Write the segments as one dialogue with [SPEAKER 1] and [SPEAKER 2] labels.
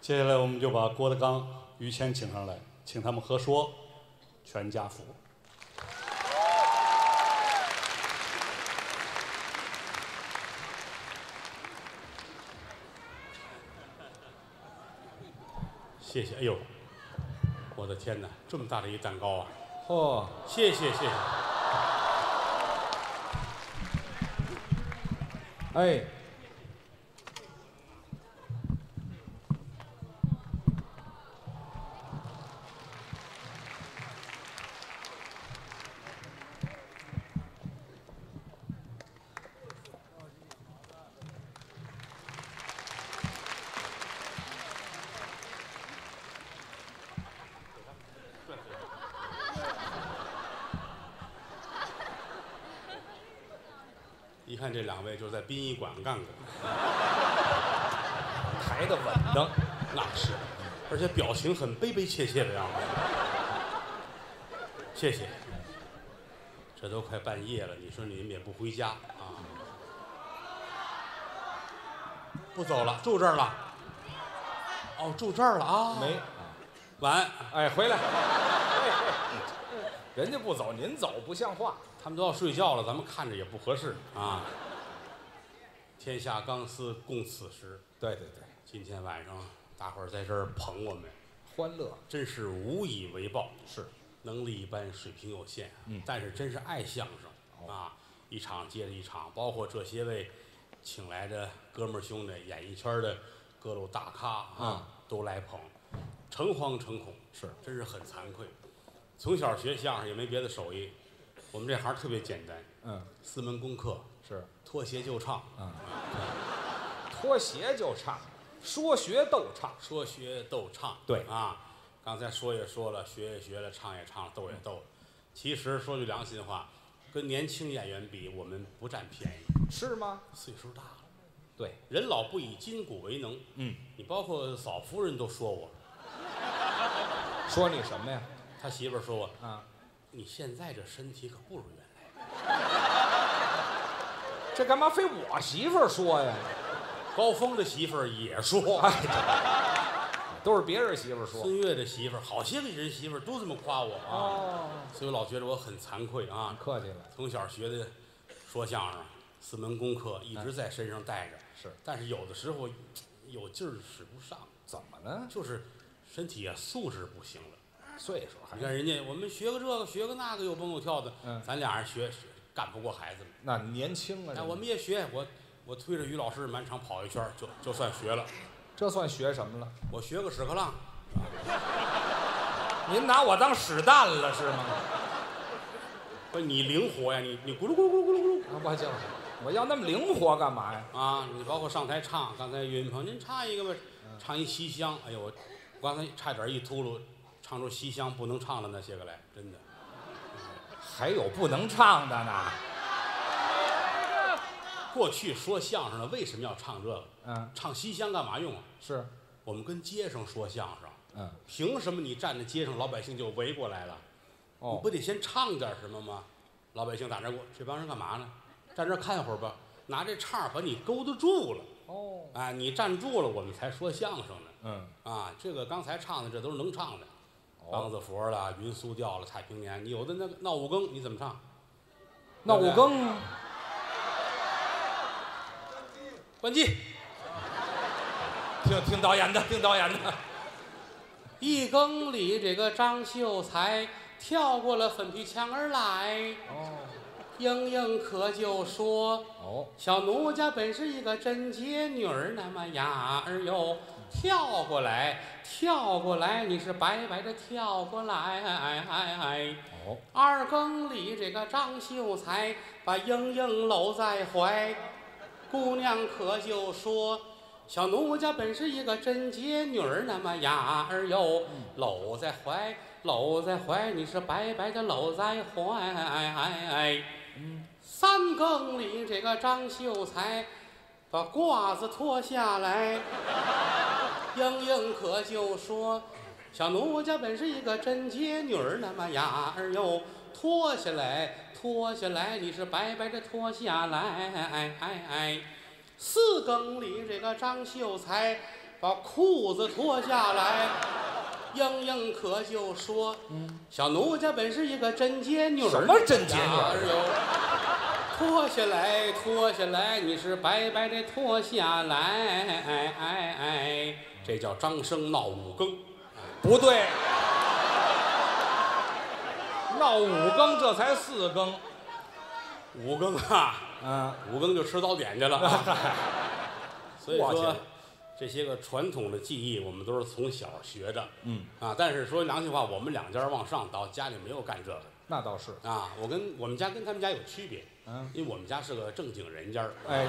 [SPEAKER 1] 接下来我们就把郭德纲、于谦请上来，请他们合说《全家福》。谢谢，哎呦，我的天哪，这么大的一蛋糕啊！
[SPEAKER 2] 嚯，
[SPEAKER 1] 谢谢谢谢，
[SPEAKER 2] 哎，
[SPEAKER 1] 一看这两位就是在殡仪馆干过，
[SPEAKER 2] 抬得稳
[SPEAKER 1] 能，那是，而且表情很悲悲切切的样子。谢谢，这都快半夜了，你说你们也不回家啊？不走了，住这儿了。哦，住这儿了啊？
[SPEAKER 2] 没？
[SPEAKER 1] 晚安。
[SPEAKER 2] 哎，回来，哎人家不走，您走不像话。
[SPEAKER 1] 他们都要睡觉了，咱们看着也不合适啊。天下钢丝共此时，
[SPEAKER 2] 对对对，
[SPEAKER 1] 今天晚上大伙儿在这儿捧我们，
[SPEAKER 2] 欢乐
[SPEAKER 1] 真是无以为报。
[SPEAKER 2] 是
[SPEAKER 1] 能力一般，水平有限，嗯，但是真是爱相声啊，一场接着一场，包括这些位请来的哥们儿兄弟，演艺圈的各路大咖啊，都来捧，诚惶诚恐，
[SPEAKER 2] 是
[SPEAKER 1] 真是很惭愧。从小学相声也没别的手艺，我们这行特别简单，
[SPEAKER 2] 嗯，
[SPEAKER 1] 四门功课，
[SPEAKER 2] 是
[SPEAKER 1] 脱鞋就唱，
[SPEAKER 2] 脱鞋就唱，说学逗唱，
[SPEAKER 1] 说学逗唱，
[SPEAKER 2] 对
[SPEAKER 1] 啊，刚才说也说了，学也学了，唱也唱了，逗也逗了。其实说句良心话，跟年轻演员比，我们不占便宜，
[SPEAKER 2] 是吗？
[SPEAKER 1] 岁数大了，
[SPEAKER 2] 对，
[SPEAKER 1] 人老不以筋骨为能。嗯，你包括嫂夫人都说我，
[SPEAKER 2] 说你什么呀？
[SPEAKER 1] 他媳妇儿说我，
[SPEAKER 2] 啊，
[SPEAKER 1] 你现在这身体可不如原来。
[SPEAKER 2] 这干嘛非我媳妇儿说呀？
[SPEAKER 1] 高峰的媳妇儿也说，
[SPEAKER 2] 都是别人媳妇儿说。
[SPEAKER 1] 孙越的媳妇儿，好些个人媳妇儿都这么夸我啊，
[SPEAKER 2] 哦，
[SPEAKER 1] 所以我老觉得我很惭愧啊。
[SPEAKER 2] 客气了，
[SPEAKER 1] 从小学的说相声，四门功课一直在身上带着。
[SPEAKER 2] 嗯是
[SPEAKER 1] 但是有的时候有劲儿使不上，
[SPEAKER 2] 怎么呢？
[SPEAKER 1] 就是身体啊素质不行了。
[SPEAKER 2] 岁数还
[SPEAKER 1] 你看人家，我们学个这个，学个那个，又蹦又跳的，
[SPEAKER 2] 嗯
[SPEAKER 1] 咱俩人学干不过孩子们。
[SPEAKER 2] 那年轻啊，
[SPEAKER 1] 哎，
[SPEAKER 2] 这
[SPEAKER 1] 我们也学，我我推着于老师满场跑一圈儿，就就算学了。
[SPEAKER 2] 这算学什么了？
[SPEAKER 1] 我学个屎壳郎，
[SPEAKER 2] 您拿我当屎蛋了是吗？
[SPEAKER 1] 不是你灵活呀，你你咕噜咕噜咕噜咕噜咕噜。
[SPEAKER 2] 我就我要那么灵活干嘛呀？
[SPEAKER 1] 啊，你包括上台唱，刚才岳云鹏，您唱一个吧，
[SPEAKER 2] 嗯
[SPEAKER 1] 唱一《西厢》。哎呦，我刚才差点一秃噜，唱出《西厢》不能唱的那些个来，真的。
[SPEAKER 2] 还有不能唱的呢？
[SPEAKER 1] 过去说相声的为什么要唱这个？
[SPEAKER 2] 嗯，
[SPEAKER 1] 唱《西厢》干嘛用啊？
[SPEAKER 2] 是，
[SPEAKER 1] 我们跟街上说相声，
[SPEAKER 2] 嗯，
[SPEAKER 1] 凭什么你站在街上，老百姓就围过来了？你
[SPEAKER 2] 哦
[SPEAKER 1] 不，得先唱点什么吗？老百姓打这过，这帮人干嘛呢？站这儿看会儿吧，拿这叉儿把你勾搭住了，
[SPEAKER 2] 哦，
[SPEAKER 1] 啊，你站住了，我们才说相声呢。
[SPEAKER 2] 嗯，
[SPEAKER 1] 啊，这个刚才唱的这都是能唱的，梆
[SPEAKER 2] 哦，
[SPEAKER 1] 子佛了、云苏调了、太平年，你有的那个闹五更你怎么唱？
[SPEAKER 2] 那我更
[SPEAKER 1] 关机，
[SPEAKER 2] 听听导演的，听导演的。
[SPEAKER 1] 一更里这个张秀才跳过了粉皮墙而来，
[SPEAKER 2] 哦，
[SPEAKER 1] 英英可就说。
[SPEAKER 2] 哦，
[SPEAKER 1] 小奴家本是一个贞洁女儿，那么雅儿哟，跳过来，跳过来，你是白白的跳过来，哎哎哎。
[SPEAKER 2] 哦，
[SPEAKER 1] 二更里这个张秀才把英英搂在怀，姑娘可就说：“小奴家本是一个贞洁女儿，那么雅儿哟，搂在怀，搂在怀，你是白白的搂在怀。哎三更里这个张秀才把褂子脱 下来。英英可就说：“小奴家本是一个贞洁女儿，那么雅儿哟，脱下来，脱下来，你是白白的脱哎下来。”哎哎哎，四更里这个张秀才把裤子脱下来，英英可就说：“小奴家本是一个贞洁女儿，
[SPEAKER 2] 嗯什么贞洁女儿
[SPEAKER 1] 哪儿有？脱下来，脱下来，你是白白的脱下来，哎哎哎，这叫张生闹五更。
[SPEAKER 2] 不对， 闹五更这才四更，
[SPEAKER 1] 五更啊，
[SPEAKER 2] 嗯，
[SPEAKER 1] 五更就吃早点去 了啊。所以
[SPEAKER 2] 我去
[SPEAKER 1] 说，这些个传统的技艺，我们都是从小学的。
[SPEAKER 2] 嗯
[SPEAKER 1] 啊，但是说良心话，我们两家往上倒，家里没有干这个
[SPEAKER 2] 那倒是，
[SPEAKER 1] 啊。我跟我们家跟他们家有区别，
[SPEAKER 2] 嗯，
[SPEAKER 1] 因为我们家是个正经人家儿
[SPEAKER 2] 哎，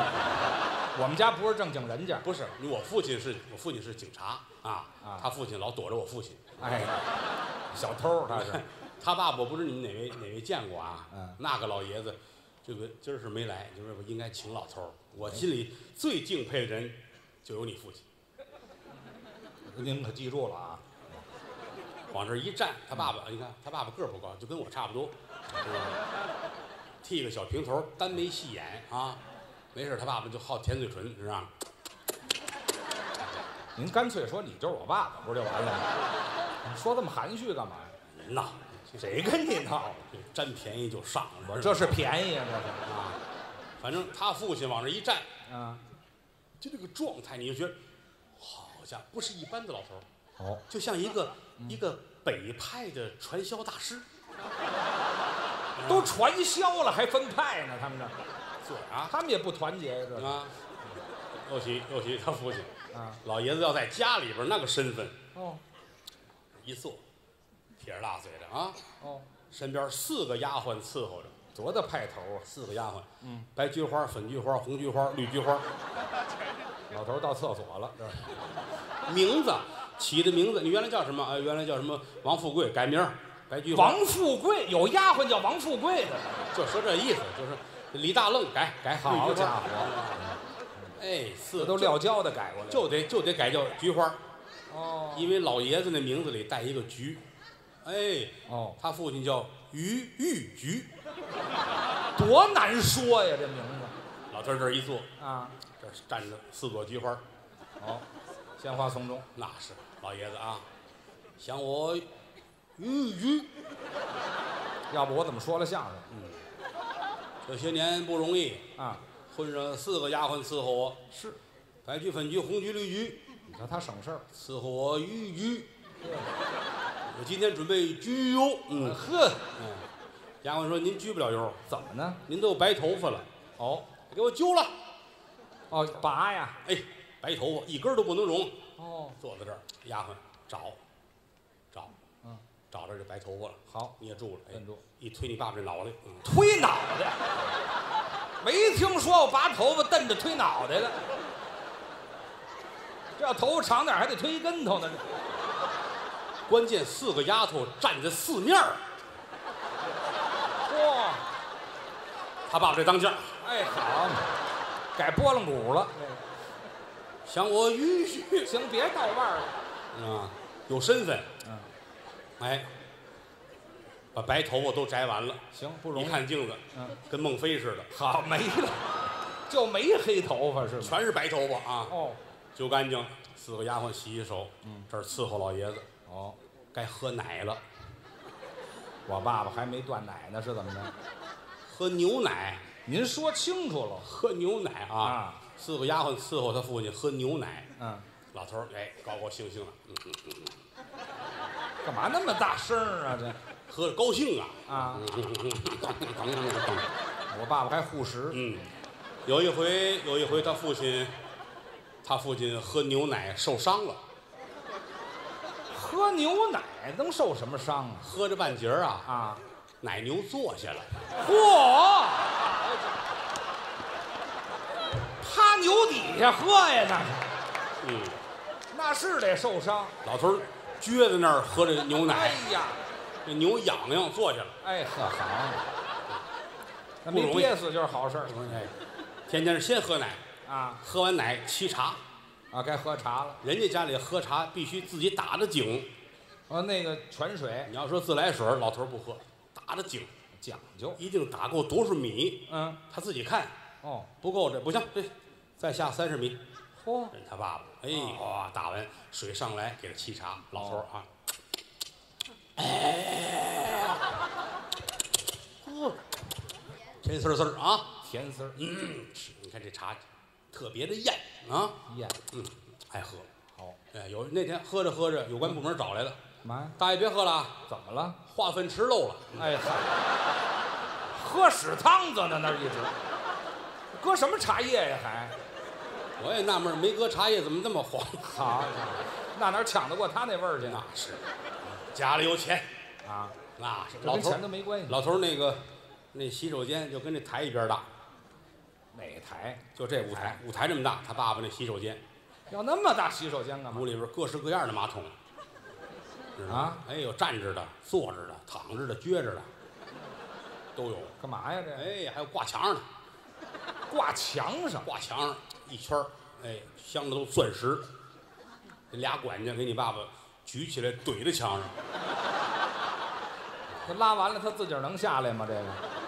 [SPEAKER 2] 我们家不是正经人家，
[SPEAKER 1] 不是，因为我父亲是我父亲是警察啊
[SPEAKER 2] 啊
[SPEAKER 1] 他父亲老躲着我父亲。
[SPEAKER 2] 哎，小偷他是，啊
[SPEAKER 1] 他爸爸我不知你们哪位哪位见过啊？
[SPEAKER 2] 嗯
[SPEAKER 1] 那个老爷子，这个今儿是没来，就是我应该请老头儿。我心里最敬佩的人，就有你父亲。
[SPEAKER 2] 您可记住了啊，
[SPEAKER 1] 往这儿一站，他爸爸，你看他爸爸个儿不高，就跟我差不多，知道吗剃个小平头，单眉细眼啊，没事儿他爸爸就好舔嘴唇，是吧？
[SPEAKER 2] 您干脆说你就是我爸爸，不是就完了吗？你说这么含蓄干嘛呀？
[SPEAKER 1] 人呐，
[SPEAKER 2] 谁跟你闹？
[SPEAKER 1] 这占便宜就上，
[SPEAKER 2] 我
[SPEAKER 1] 知道
[SPEAKER 2] 这是
[SPEAKER 1] 吗
[SPEAKER 2] 便宜啊，这
[SPEAKER 1] 啊，反正他父亲往这儿一站，
[SPEAKER 2] 是啊，
[SPEAKER 1] 就这个状态，你就觉得，好家伙，不是一般的老头儿，
[SPEAKER 2] 哦，
[SPEAKER 1] 就像一个、一个北派的传销大师，
[SPEAKER 2] 都传销了还分派呢，他们这，
[SPEAKER 1] 坐着啊
[SPEAKER 2] 他们也不团结呀，这是
[SPEAKER 1] 啊，尤其尤其他父亲，
[SPEAKER 2] 啊，
[SPEAKER 1] 老爷子要在家里边儿那个身份。
[SPEAKER 2] 哦
[SPEAKER 1] 一坐，撇着大嘴的啊，
[SPEAKER 2] 哦，
[SPEAKER 1] 身边四个丫鬟伺候着，
[SPEAKER 2] 多大派头啊！
[SPEAKER 1] 四个丫鬟，嗯，白菊花、粉菊花、红菊花、绿菊花，
[SPEAKER 2] 老头儿到厕所了，这是
[SPEAKER 1] 名字起的名字，你原来叫什么？呃，原来叫什么？王富贵，改名儿白菊花，
[SPEAKER 2] 王富贵有丫鬟叫王富贵的，
[SPEAKER 1] 就说这意思，就是李大愣改改
[SPEAKER 2] 好
[SPEAKER 1] 绿菊花
[SPEAKER 2] 家伙，
[SPEAKER 1] 哎，四
[SPEAKER 2] 这都
[SPEAKER 1] 就
[SPEAKER 2] 撂跤的改过来了。
[SPEAKER 1] 就得就得改叫菊花，
[SPEAKER 2] 哦
[SPEAKER 1] 因为老爷子那名字里带一个菊，哎，
[SPEAKER 2] 哦，
[SPEAKER 1] 他父亲叫于玉菊，
[SPEAKER 2] 多难说呀，这名字
[SPEAKER 1] 老头儿这儿一坐，
[SPEAKER 2] 啊。
[SPEAKER 1] 这儿站着四朵菊花。
[SPEAKER 2] 哦，鲜花丛中，
[SPEAKER 1] 那是老爷子啊，想我吁吁，
[SPEAKER 2] 要不我怎么说了相声
[SPEAKER 1] 这些年不容易，
[SPEAKER 2] 啊？
[SPEAKER 1] 混着四个丫鬟伺候我，
[SPEAKER 2] 是，
[SPEAKER 1] 白菊、粉菊、红菊、绿菊，
[SPEAKER 2] 你瞧他省事儿。
[SPEAKER 1] 伺候我吁吁。 我今天准备焗油，嗯，
[SPEAKER 2] 呵，
[SPEAKER 1] 嗯丫鬟说您焗不了油，
[SPEAKER 2] 怎么呢？
[SPEAKER 1] 您都有白头发了，
[SPEAKER 2] 哦
[SPEAKER 1] 给我揪了，
[SPEAKER 2] 哦，拔呀。
[SPEAKER 1] 哎，白头发一根儿都不能容。
[SPEAKER 2] 哦，
[SPEAKER 1] 坐在这儿，丫鬟找，找，
[SPEAKER 2] 嗯，
[SPEAKER 1] 找着这白头发了，
[SPEAKER 2] 好，
[SPEAKER 1] 捏住了，哎
[SPEAKER 2] 摁住，
[SPEAKER 1] 一推你爸爸这脑袋，嗯。
[SPEAKER 2] 推脑袋，没听说我拔头发瞪着推脑袋的。这要头发长点儿还得推一跟头呢。
[SPEAKER 1] 关键四个丫头站在四面儿，
[SPEAKER 2] 嚯，
[SPEAKER 1] 他爸爸这当家，
[SPEAKER 2] 哎好，改拨浪鼓了。
[SPEAKER 1] 想我允许
[SPEAKER 2] 行，别倒腕儿了。
[SPEAKER 1] 啊，有身份，
[SPEAKER 2] 嗯，
[SPEAKER 1] 哎，把白头发都摘完了，
[SPEAKER 2] 行，不容
[SPEAKER 1] 一
[SPEAKER 2] 易。
[SPEAKER 1] 看镜子，
[SPEAKER 2] 嗯，
[SPEAKER 1] 跟孟非似的，
[SPEAKER 2] 好没了，就没黑头发是吗？
[SPEAKER 1] 全是白头发啊，
[SPEAKER 2] 哦
[SPEAKER 1] 揪干净，四个丫鬟洗洗手，嗯，这儿伺候老爷子，
[SPEAKER 2] 哦，
[SPEAKER 1] 该喝奶了，
[SPEAKER 2] 我爸爸还没断奶呢，是怎么着？
[SPEAKER 1] 喝牛奶，
[SPEAKER 2] 您说清楚了。
[SPEAKER 1] 喝牛奶啊，
[SPEAKER 2] 啊
[SPEAKER 1] 四个丫鬟伺候他父亲喝牛奶，
[SPEAKER 2] 嗯，
[SPEAKER 1] 老头儿哎高高兴兴的，嗯嗯嗯，
[SPEAKER 2] 干嘛那么大声儿啊？这
[SPEAKER 1] 喝着高兴啊，
[SPEAKER 2] 啊，
[SPEAKER 1] 嗯嗯嗯嗯。
[SPEAKER 2] 我爸爸还护食。
[SPEAKER 1] 嗯，有一回，有一回他父亲，他父亲喝牛奶受伤了，
[SPEAKER 2] 喝牛奶能受什么伤啊？
[SPEAKER 1] 喝着半截儿啊，
[SPEAKER 2] 啊，
[SPEAKER 1] 奶牛坐下了，
[SPEAKER 2] 嚯！趴牛底下喝呀，那是
[SPEAKER 1] 嗯，
[SPEAKER 2] 那是得受伤。
[SPEAKER 1] 老头儿撅在那儿喝着牛
[SPEAKER 2] 哎
[SPEAKER 1] 奶，
[SPEAKER 2] 呀，
[SPEAKER 1] 这牛痒痒坐下了，
[SPEAKER 2] 哎呵，好，那
[SPEAKER 1] 不容
[SPEAKER 2] 没
[SPEAKER 1] 易
[SPEAKER 2] 憋死就是好事儿
[SPEAKER 1] 哎，天天是先喝奶，
[SPEAKER 2] 啊
[SPEAKER 1] 喝完奶沏茶，
[SPEAKER 2] 啊！该喝茶了。
[SPEAKER 1] 人家家里喝茶必须自己打着井，
[SPEAKER 2] 哦，那个泉水
[SPEAKER 1] 你要说自来水儿，老头儿不喝，打着井，
[SPEAKER 2] 讲究。
[SPEAKER 1] 一定打够多少米，
[SPEAKER 2] 嗯，
[SPEAKER 1] 他自己看
[SPEAKER 2] 哦，
[SPEAKER 1] 不够这不行，这再下三十米，
[SPEAKER 2] 嚯，
[SPEAKER 1] 人他爸爸，哎，哇，打完水上来给他沏茶，老头儿啊，哎
[SPEAKER 2] 嚯，
[SPEAKER 1] 甜丝丝儿啊，
[SPEAKER 2] 甜丝儿，
[SPEAKER 1] 嗯，吃你看这茶特别的艳啊，
[SPEAKER 2] 咽
[SPEAKER 1] 嗯，爱喝。
[SPEAKER 2] 好，
[SPEAKER 1] 哎，有那天喝着喝着，有关部门找来了，
[SPEAKER 2] 妈呀，
[SPEAKER 1] 大爷别喝了，啊，
[SPEAKER 2] 怎么了？
[SPEAKER 1] 化粪池漏了。
[SPEAKER 2] 哎呀，喝屎汤子呢，那儿一直，搁什么茶叶呀？还
[SPEAKER 1] 我也纳闷儿，没搁茶叶怎么这么黄？
[SPEAKER 2] 好，那哪抢得过他那味儿去
[SPEAKER 1] 那
[SPEAKER 2] 呢？
[SPEAKER 1] 是，家里有钱，
[SPEAKER 2] 啊，
[SPEAKER 1] 那是
[SPEAKER 2] 这
[SPEAKER 1] 老
[SPEAKER 2] 跟
[SPEAKER 1] 头
[SPEAKER 2] 钱
[SPEAKER 1] 儿
[SPEAKER 2] 都没关系。
[SPEAKER 1] 老头儿那个那洗手间就跟这台一边大，
[SPEAKER 2] 哪台
[SPEAKER 1] 就这舞台舞台这么大，他爸爸那洗手间，
[SPEAKER 2] 要那么大洗手间干嘛
[SPEAKER 1] 屋？里边各式各样的马桶，知道吗
[SPEAKER 2] 啊？
[SPEAKER 1] 哎，有站着的、坐着的、躺着的、撅着的，都有。
[SPEAKER 2] 干嘛呀？这
[SPEAKER 1] 哎，还有挂墙上的，
[SPEAKER 2] 挂墙上，
[SPEAKER 1] 挂墙上一圈儿，哎，镶的都钻石。这俩管家给你爸爸举起来怼在墙上，
[SPEAKER 2] 他拉完了他自己儿能下来吗？这个？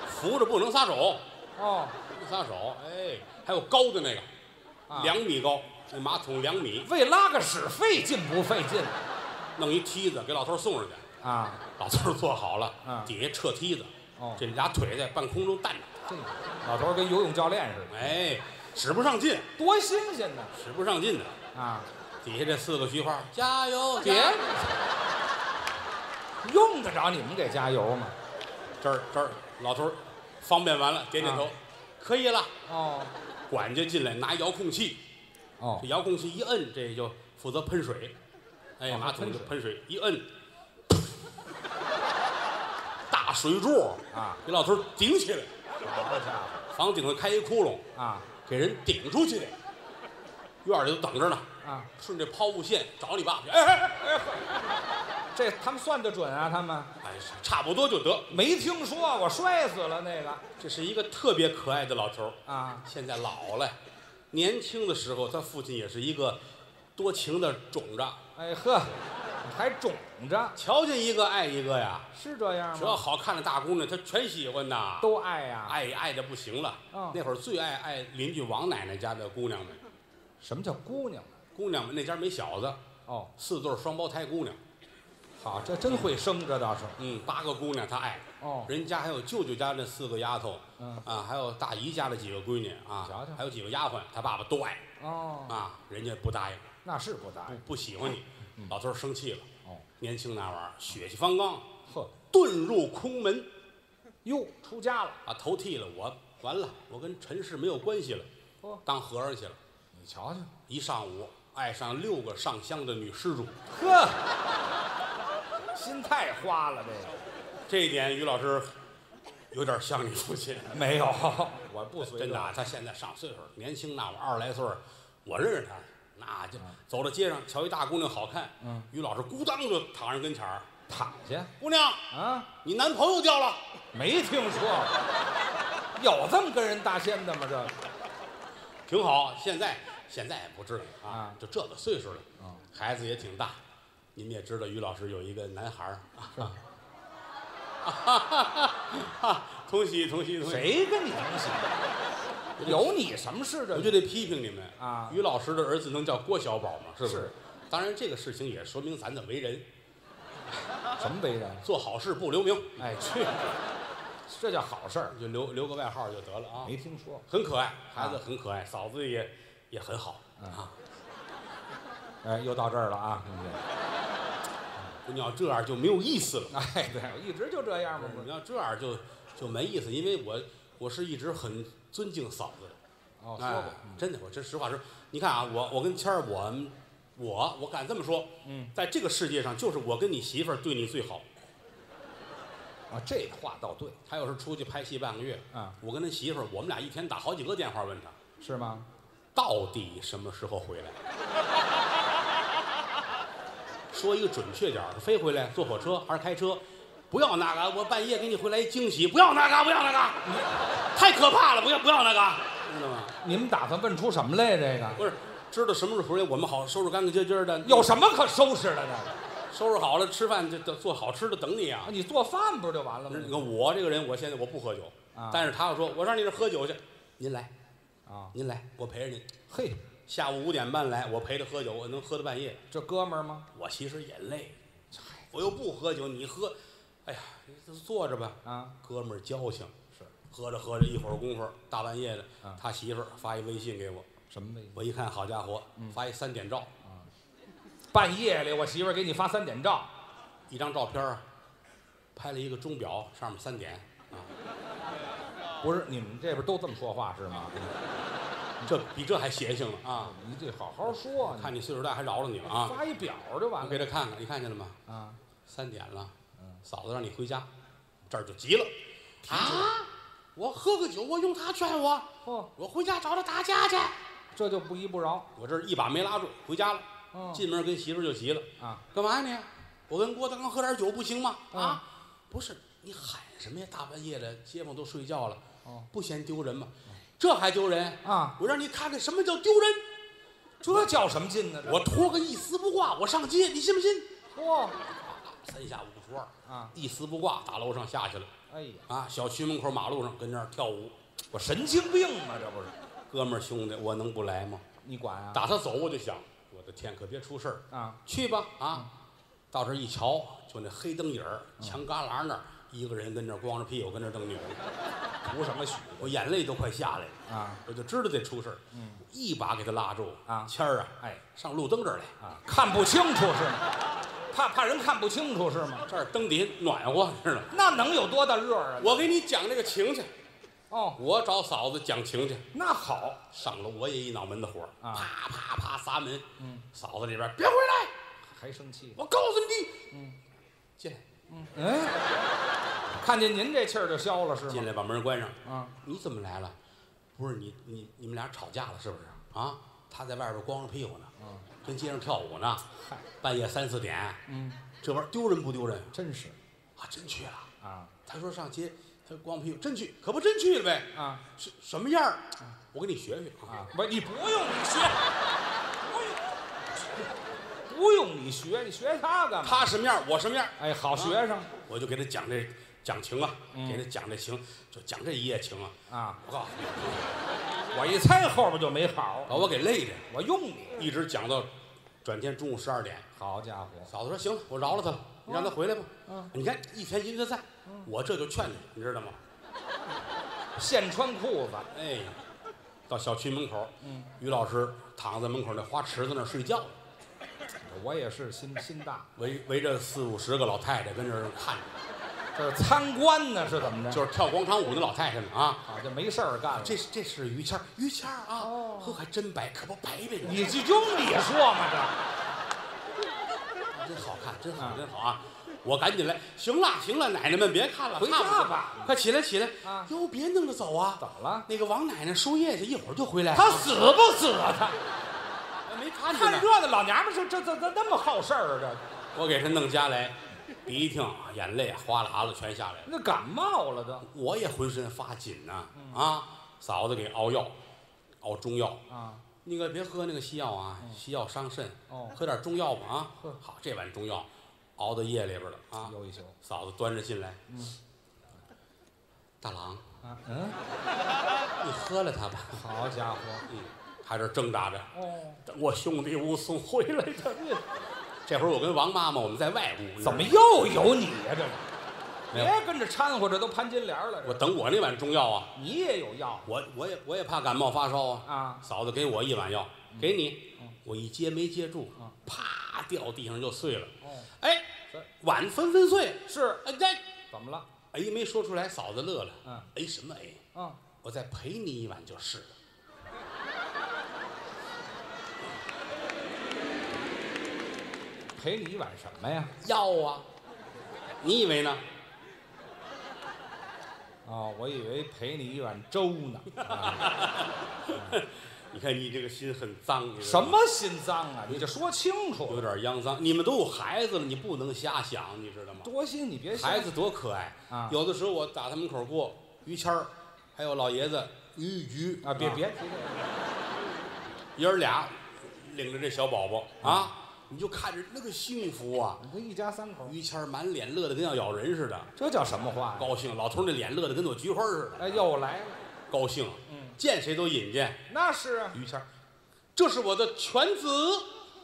[SPEAKER 1] 扶着不能撒手，
[SPEAKER 2] 哦，
[SPEAKER 1] 不能撒手。哎，还有高的那个，
[SPEAKER 2] 啊
[SPEAKER 1] 两米高，那马桶两米，
[SPEAKER 2] 为拉个屎费劲不费劲
[SPEAKER 1] 弄一梯子给老头儿送上去。
[SPEAKER 2] 啊？
[SPEAKER 1] 老头儿坐好了，
[SPEAKER 2] 嗯
[SPEAKER 1] 底下撤梯子，
[SPEAKER 2] 哦
[SPEAKER 1] 这俩腿在半空中蹬着，
[SPEAKER 2] 这老头儿跟游泳教练似的，
[SPEAKER 1] 哎，使不上劲，
[SPEAKER 2] 多新鲜呢！
[SPEAKER 1] 使不上劲的。
[SPEAKER 2] 啊，
[SPEAKER 1] 底下这四个菊花，加油！
[SPEAKER 2] 别
[SPEAKER 1] 加油
[SPEAKER 2] 用得着你们给加油吗？
[SPEAKER 1] 这儿这儿，老头儿方便完了，点点头，
[SPEAKER 2] 啊
[SPEAKER 1] 可以了。
[SPEAKER 2] 哦
[SPEAKER 1] 管家进来拿遥控器，
[SPEAKER 2] 哦
[SPEAKER 1] 这，遥控器一摁，这就负责喷水。哎，
[SPEAKER 2] 哦
[SPEAKER 1] 马桶就
[SPEAKER 2] 还
[SPEAKER 1] 喷水，一摁， 大水柱
[SPEAKER 2] 啊，
[SPEAKER 1] 给老头儿顶起来，
[SPEAKER 2] 好家伙
[SPEAKER 1] 房顶上开一窟窿，
[SPEAKER 2] 啊
[SPEAKER 1] 给人顶出去。院儿里都等着呢，
[SPEAKER 2] 啊！
[SPEAKER 1] 顺着抛物线找你爸去。哎哎哎
[SPEAKER 2] 这他们算得准啊，他们
[SPEAKER 1] 哎，差不多就得。
[SPEAKER 2] 没听说我摔死了那个
[SPEAKER 1] 这是一个特别可爱的老头儿。
[SPEAKER 2] 啊，
[SPEAKER 1] 现在老了，年轻的时候，他父亲也是一个多情的种子，
[SPEAKER 2] 哎呵，还肿着，
[SPEAKER 1] 瞧见一个爱一个呀。
[SPEAKER 2] 是这样
[SPEAKER 1] 只要
[SPEAKER 2] 吗？
[SPEAKER 1] 好看的大姑娘，他全喜欢呐，
[SPEAKER 2] 都爱呀、
[SPEAKER 1] 爱爱的不行了。
[SPEAKER 2] 嗯
[SPEAKER 1] 那会儿最爱爱邻居王奶奶家的姑娘们，
[SPEAKER 2] 什么叫姑娘？
[SPEAKER 1] 姑娘们那家没小子，
[SPEAKER 2] 哦，
[SPEAKER 1] 四对儿双胞胎姑娘，
[SPEAKER 2] 好，这真会生，这倒是。
[SPEAKER 1] 嗯，八个姑娘她爱。
[SPEAKER 2] 哦
[SPEAKER 1] 人家还有舅舅家那四个丫头，
[SPEAKER 2] 嗯
[SPEAKER 1] 啊，还有大姨家的几个闺女啊，
[SPEAKER 2] 瞧瞧
[SPEAKER 1] 还有几个丫鬟，他爸爸都爱
[SPEAKER 2] 哦，
[SPEAKER 1] 啊，人家不答应。
[SPEAKER 2] 那是不答
[SPEAKER 1] 不
[SPEAKER 2] 应。
[SPEAKER 1] 不喜欢你。老头儿生气了，
[SPEAKER 2] 嗯哦，
[SPEAKER 1] 年轻那玩意儿血气方刚，
[SPEAKER 2] 呵，
[SPEAKER 1] 遁入空门，
[SPEAKER 2] 哟，出家了。
[SPEAKER 1] 把头剃了，我完了，我跟尘世没有关系了
[SPEAKER 2] 哦，
[SPEAKER 1] 当和尚去了。
[SPEAKER 2] 你瞧瞧，
[SPEAKER 1] 一上午爱上六个上香的女施主，
[SPEAKER 2] 呵，心太花了，这个
[SPEAKER 1] 这一点于老师有点像你父亲，
[SPEAKER 2] 没有，我不随
[SPEAKER 1] 真的啊，他现在上岁数了，年轻那我二十来岁儿，我认识他。那就走到街上，瞧一大姑娘好看，
[SPEAKER 2] 嗯，
[SPEAKER 1] 于老师咕当就躺人跟前儿，
[SPEAKER 2] 躺下
[SPEAKER 1] 姑娘，
[SPEAKER 2] 啊，
[SPEAKER 1] 你男朋友掉了。
[SPEAKER 2] 没听说过，有这么跟人搭仙的吗？这
[SPEAKER 1] 挺好。现在现在也不至于啊
[SPEAKER 2] 啊，
[SPEAKER 1] 就这个岁数了
[SPEAKER 2] 嗯，
[SPEAKER 1] 孩子也挺大。你们也知道，于老师有一个男孩儿啊啊， 同喜同喜同喜。
[SPEAKER 2] 谁跟你能行？有你什么事？
[SPEAKER 1] 我
[SPEAKER 2] 这
[SPEAKER 1] 就得批评你们
[SPEAKER 2] 啊
[SPEAKER 1] 于老师的儿子能叫郭小宝吗？是不
[SPEAKER 2] 是？
[SPEAKER 1] 当然，这个事情也说明咱的为人，
[SPEAKER 2] 什么为人？
[SPEAKER 1] 做好事不留名，
[SPEAKER 2] 哎，去，这叫好事儿，
[SPEAKER 1] 就留留个外号就得了啊。
[SPEAKER 2] 没啊听说。
[SPEAKER 1] 很可爱，孩子很可爱，嫂子也也很好啊。
[SPEAKER 2] 哎，又到这儿了啊！
[SPEAKER 1] 你要这样就没有意思了。
[SPEAKER 2] 哎，对，一直就这样嘛，不
[SPEAKER 1] 你
[SPEAKER 2] 是？
[SPEAKER 1] 要这样就就没意思，因为我我是一直很尊敬嫂子的，
[SPEAKER 2] 哦，
[SPEAKER 1] 哎
[SPEAKER 2] 说过，
[SPEAKER 1] 真的，我这实话说，你看啊，我我跟谦儿，我们我我敢这么说，
[SPEAKER 2] 嗯，
[SPEAKER 1] 在这个世界上，就是我跟你媳妇儿对你最好。
[SPEAKER 2] 啊，这话倒对，
[SPEAKER 1] 她要是出去拍戏半个月，
[SPEAKER 2] 啊，
[SPEAKER 1] 我跟她媳妇儿，我们俩一天打好几个电话问她，
[SPEAKER 2] 是吗？
[SPEAKER 1] 到底什么时候回来。 说一个准确点儿，飞回来坐火车还是开车？不要那个，我半夜给你回来一惊喜，不要那个，不要那个，太可怕了，不要不要那个，知道吗？
[SPEAKER 2] 你们打算问出什么来？这个
[SPEAKER 1] 不是，知道什么时候回来，我们好收拾干干净净的，
[SPEAKER 2] 有什么可收拾的呢？
[SPEAKER 1] 收拾好了吃饭就就做好吃的等你啊
[SPEAKER 2] 啊，。你做饭不是就完了
[SPEAKER 1] 你
[SPEAKER 2] 吗？
[SPEAKER 1] 看我这个人，我现在我不喝酒，
[SPEAKER 2] 啊
[SPEAKER 1] 但是他要说我上你这儿喝酒去，您来
[SPEAKER 2] 啊，
[SPEAKER 1] 您来，我陪着您。
[SPEAKER 2] 嘿，
[SPEAKER 1] 下午五点半来，我陪他喝酒，我能喝到半夜。
[SPEAKER 2] 这哥们儿吗？
[SPEAKER 1] 我其实也累，我又不喝酒，你喝，哎呀，你就坐着吧。
[SPEAKER 2] 啊，
[SPEAKER 1] 哥们儿交情，
[SPEAKER 2] 是
[SPEAKER 1] 喝着喝着，一会儿功夫，大半夜的
[SPEAKER 2] 嗯，
[SPEAKER 1] 他媳妇儿发一微信给我，
[SPEAKER 2] 什么意思？
[SPEAKER 1] 我一看，好家伙，发一三点照，
[SPEAKER 2] 半夜里我媳妇儿给你发三点照，
[SPEAKER 1] 一张照片啊，拍了一个钟表，上面三点啊，
[SPEAKER 2] 不是你们这边都这么说话是 吗？
[SPEAKER 1] 这比这还邪性了啊！
[SPEAKER 2] 你得好好说，啊
[SPEAKER 1] 看你岁数大，还饶了你了啊！
[SPEAKER 2] 发一表就完
[SPEAKER 1] 我
[SPEAKER 2] 了
[SPEAKER 1] 给他看看，你看见了吗？
[SPEAKER 2] 啊！
[SPEAKER 1] 三点了，嫂子让你回家，这儿就急了啊！我喝个酒，我用他劝我，
[SPEAKER 2] 哦，
[SPEAKER 1] 我回家找他打架去。
[SPEAKER 2] 这就不依不饶
[SPEAKER 1] 我这儿一把没拉住，回家了。
[SPEAKER 2] 嗯
[SPEAKER 1] 进门跟媳妇儿就急了，
[SPEAKER 2] 啊！
[SPEAKER 1] 干嘛呀你？我跟郭德纲喝点酒不行吗？
[SPEAKER 2] 嗯
[SPEAKER 1] 啊，不是你喊什么呀？大半夜的，街坊都睡觉了，
[SPEAKER 2] 哦
[SPEAKER 1] 不嫌丢人吗？这还丢人
[SPEAKER 2] 啊！
[SPEAKER 1] 我让你看看什么叫丢人！
[SPEAKER 2] 这叫什么劲呢？
[SPEAKER 1] 我脱个一丝不挂，我上街，你信不信？
[SPEAKER 2] 嚯
[SPEAKER 1] 三下五除二，
[SPEAKER 2] 啊！
[SPEAKER 1] 一丝不挂，打楼上下去了。
[SPEAKER 2] 哎呀，
[SPEAKER 1] 啊，小区门口马路上跟那儿跳舞，
[SPEAKER 2] 我神经病吗？这不是
[SPEAKER 1] 哥们儿兄弟，我能不来吗？
[SPEAKER 2] 你管啊？
[SPEAKER 1] 打他走我就想，我的天，可别出事儿，
[SPEAKER 2] 啊！
[SPEAKER 1] 去吧啊！到这儿一瞧，就那黑灯影儿，
[SPEAKER 2] 嗯
[SPEAKER 1] 墙旮旯那儿一个人跟那儿光着屁股跟那儿正 扭呢，
[SPEAKER 2] 图什么许
[SPEAKER 1] 我眼泪都快下来了
[SPEAKER 2] 啊！嗯
[SPEAKER 1] 我就知道得出事儿，一把给他拉住
[SPEAKER 2] 啊
[SPEAKER 1] 谦儿啊，
[SPEAKER 2] 哎
[SPEAKER 1] 上路灯这儿来，
[SPEAKER 2] 啊？看不清楚是吗？怕怕人看不清楚是吗？
[SPEAKER 1] 这儿灯底下暖和知道吗？
[SPEAKER 2] 那能有多大热啊？
[SPEAKER 1] 我给你讲这个情去，
[SPEAKER 2] 哦，
[SPEAKER 1] 我找嫂子讲情去。
[SPEAKER 2] 那好，
[SPEAKER 1] 上楼我也一脑门子火，
[SPEAKER 2] 啊
[SPEAKER 1] 啪啪啪砸门。
[SPEAKER 2] 嗯，
[SPEAKER 1] 嫂子这边别回来，
[SPEAKER 2] 还生气？
[SPEAKER 1] 我告诉你。嗯，进来，
[SPEAKER 2] 嗯，看见您这气儿就消了是
[SPEAKER 1] 进
[SPEAKER 2] 吗？
[SPEAKER 1] 来，把门关上。
[SPEAKER 2] 啊，
[SPEAKER 1] 你怎么来了？不是你你你们俩吵架了是不是？啊，他在外边光着屁股呢，跟街上跳舞呢，
[SPEAKER 2] 啊嗨
[SPEAKER 1] 半夜三四点，
[SPEAKER 2] 嗯，
[SPEAKER 1] 这玩意儿丢人不丢人？
[SPEAKER 2] 真是
[SPEAKER 1] 啊，真去了。
[SPEAKER 2] 啊
[SPEAKER 1] 他说上街，他光屁股，真去，可不真去了呗？
[SPEAKER 2] 啊
[SPEAKER 1] 什什么样儿？我给你学学啊。
[SPEAKER 2] 啊！不，你不用你学，不用，不用你学，你学他干嘛？
[SPEAKER 1] 他什么样儿，我什么样儿。
[SPEAKER 2] 哎，好学生
[SPEAKER 1] 我就给他讲这讲情啊，给他讲这情，就讲这一夜情啊。
[SPEAKER 2] 嗯啊！
[SPEAKER 1] 我告诉你，
[SPEAKER 2] 我一猜后边就没好，
[SPEAKER 1] 把我给累的，
[SPEAKER 2] 我用你。
[SPEAKER 1] 一直讲到转天中午十二点。
[SPEAKER 2] 好家伙，
[SPEAKER 1] 嫂子说：“行了，我饶了他了，你让他回来吧。”
[SPEAKER 2] 嗯
[SPEAKER 1] 你看一天一个在，我这就劝他，你知道吗？
[SPEAKER 2] 现穿裤子，
[SPEAKER 1] 哎，到小区门口，
[SPEAKER 2] 嗯
[SPEAKER 1] 于老师躺在门口那花池子那儿睡觉，
[SPEAKER 2] 我也是心心大，
[SPEAKER 1] 围围着四五十个老太太跟这儿看着，
[SPEAKER 2] 这是参观呢，是怎么着？
[SPEAKER 1] 就是跳广场舞那老太太们啊。
[SPEAKER 2] 好像没事儿干了。
[SPEAKER 1] 这是这是于谦儿，于谦儿啊，呵，还真白，可不白呗你。
[SPEAKER 2] 哦你就用你说嘛这？
[SPEAKER 1] 真好看，真好，
[SPEAKER 2] 啊
[SPEAKER 1] 真好啊！我赶紧来，行了，行了，奶奶们别看了，
[SPEAKER 2] 回家
[SPEAKER 1] 差不多
[SPEAKER 2] 吧，
[SPEAKER 1] 快起来，起来
[SPEAKER 2] 啊！
[SPEAKER 1] 哟，别弄着走啊！
[SPEAKER 2] 怎么了
[SPEAKER 1] 那个王奶奶输液去，一会儿就回来。
[SPEAKER 2] 他死不死啊他？
[SPEAKER 1] 我没看见
[SPEAKER 2] 看
[SPEAKER 1] 呢，
[SPEAKER 2] 热闹老娘们是这这这那么好事儿啊这？
[SPEAKER 1] 我给他弄家来，鼻涕啊，眼泪啊，哗啦啦全下来了。
[SPEAKER 2] 那感冒了都
[SPEAKER 1] 我也浑身发紧呐
[SPEAKER 2] 嗯
[SPEAKER 1] 啊！嫂子给熬药，熬中药，
[SPEAKER 2] 啊！
[SPEAKER 1] 那个别喝那个西药啊，西药伤肾，
[SPEAKER 2] 嗯哦
[SPEAKER 1] 喝点中药吧啊
[SPEAKER 2] 呵。
[SPEAKER 1] 好，这碗中药熬到夜里边了啊。
[SPEAKER 2] 又一宿
[SPEAKER 1] 嫂子端着进来，
[SPEAKER 2] 嗯
[SPEAKER 1] 大郎。
[SPEAKER 2] 啊！嗯，
[SPEAKER 1] 你喝了它吧。
[SPEAKER 2] 好家伙！
[SPEAKER 1] 嗯，还这挣扎着。
[SPEAKER 2] 哦，
[SPEAKER 1] 等我兄弟武松回来的。这会儿我跟王妈妈我们在外屋，
[SPEAKER 2] 嗯怎么又有你呀、这这？
[SPEAKER 1] 没有
[SPEAKER 2] 别跟着掺和，这都潘金莲了。
[SPEAKER 1] 我
[SPEAKER 2] 这
[SPEAKER 1] 等我那碗中药啊，
[SPEAKER 2] 你也有药
[SPEAKER 1] 我我也我也怕感冒发烧啊。
[SPEAKER 2] 啊？嗯
[SPEAKER 1] 嫂子给我一碗药，给你，我一接没接住，啪掉地上就碎了。
[SPEAKER 2] 哦，
[SPEAKER 1] 哎
[SPEAKER 2] 嗯是，
[SPEAKER 1] 碗纷纷碎。
[SPEAKER 2] 是
[SPEAKER 1] 哎哎
[SPEAKER 2] 怎么了？
[SPEAKER 1] 哎，没说出来，嫂子乐了。
[SPEAKER 2] 嗯，
[SPEAKER 1] 哎什么哎？
[SPEAKER 2] 嗯，
[SPEAKER 1] 我再陪你一碗就是了。
[SPEAKER 2] 陪你一碗什么呀？
[SPEAKER 1] 要啊，你以为呢？
[SPEAKER 2] 哦，我以为陪你一碗粥呢。
[SPEAKER 1] 你看你这个心很脏。你知 道
[SPEAKER 2] 什
[SPEAKER 1] 吗
[SPEAKER 2] 么心脏啊？你就说清
[SPEAKER 1] 有
[SPEAKER 2] 楚。
[SPEAKER 1] 点肮脏。你们都有孩子了，你不能瞎想，你知道吗？
[SPEAKER 2] 多心，你别想
[SPEAKER 1] 孩子多可爱
[SPEAKER 2] 啊
[SPEAKER 1] 有的时候我打他门口过，于谦儿，还有老爷子于于
[SPEAKER 2] 啊！别，别提这个
[SPEAKER 1] 爷儿俩领着这小宝宝
[SPEAKER 2] 嗯
[SPEAKER 1] 啊，你就看着那个幸福啊！
[SPEAKER 2] 你这一家三口，
[SPEAKER 1] 于谦儿满脸乐得跟要咬人似的，
[SPEAKER 2] 这叫什么话呀？哎
[SPEAKER 1] 高兴。老头儿那脸乐得跟朵菊花似的，
[SPEAKER 2] 哎，又来了，
[SPEAKER 1] 高兴。
[SPEAKER 2] 嗯
[SPEAKER 1] 见谁都引荐。
[SPEAKER 2] 那是啊。
[SPEAKER 1] 于谦儿，这是我的犬子。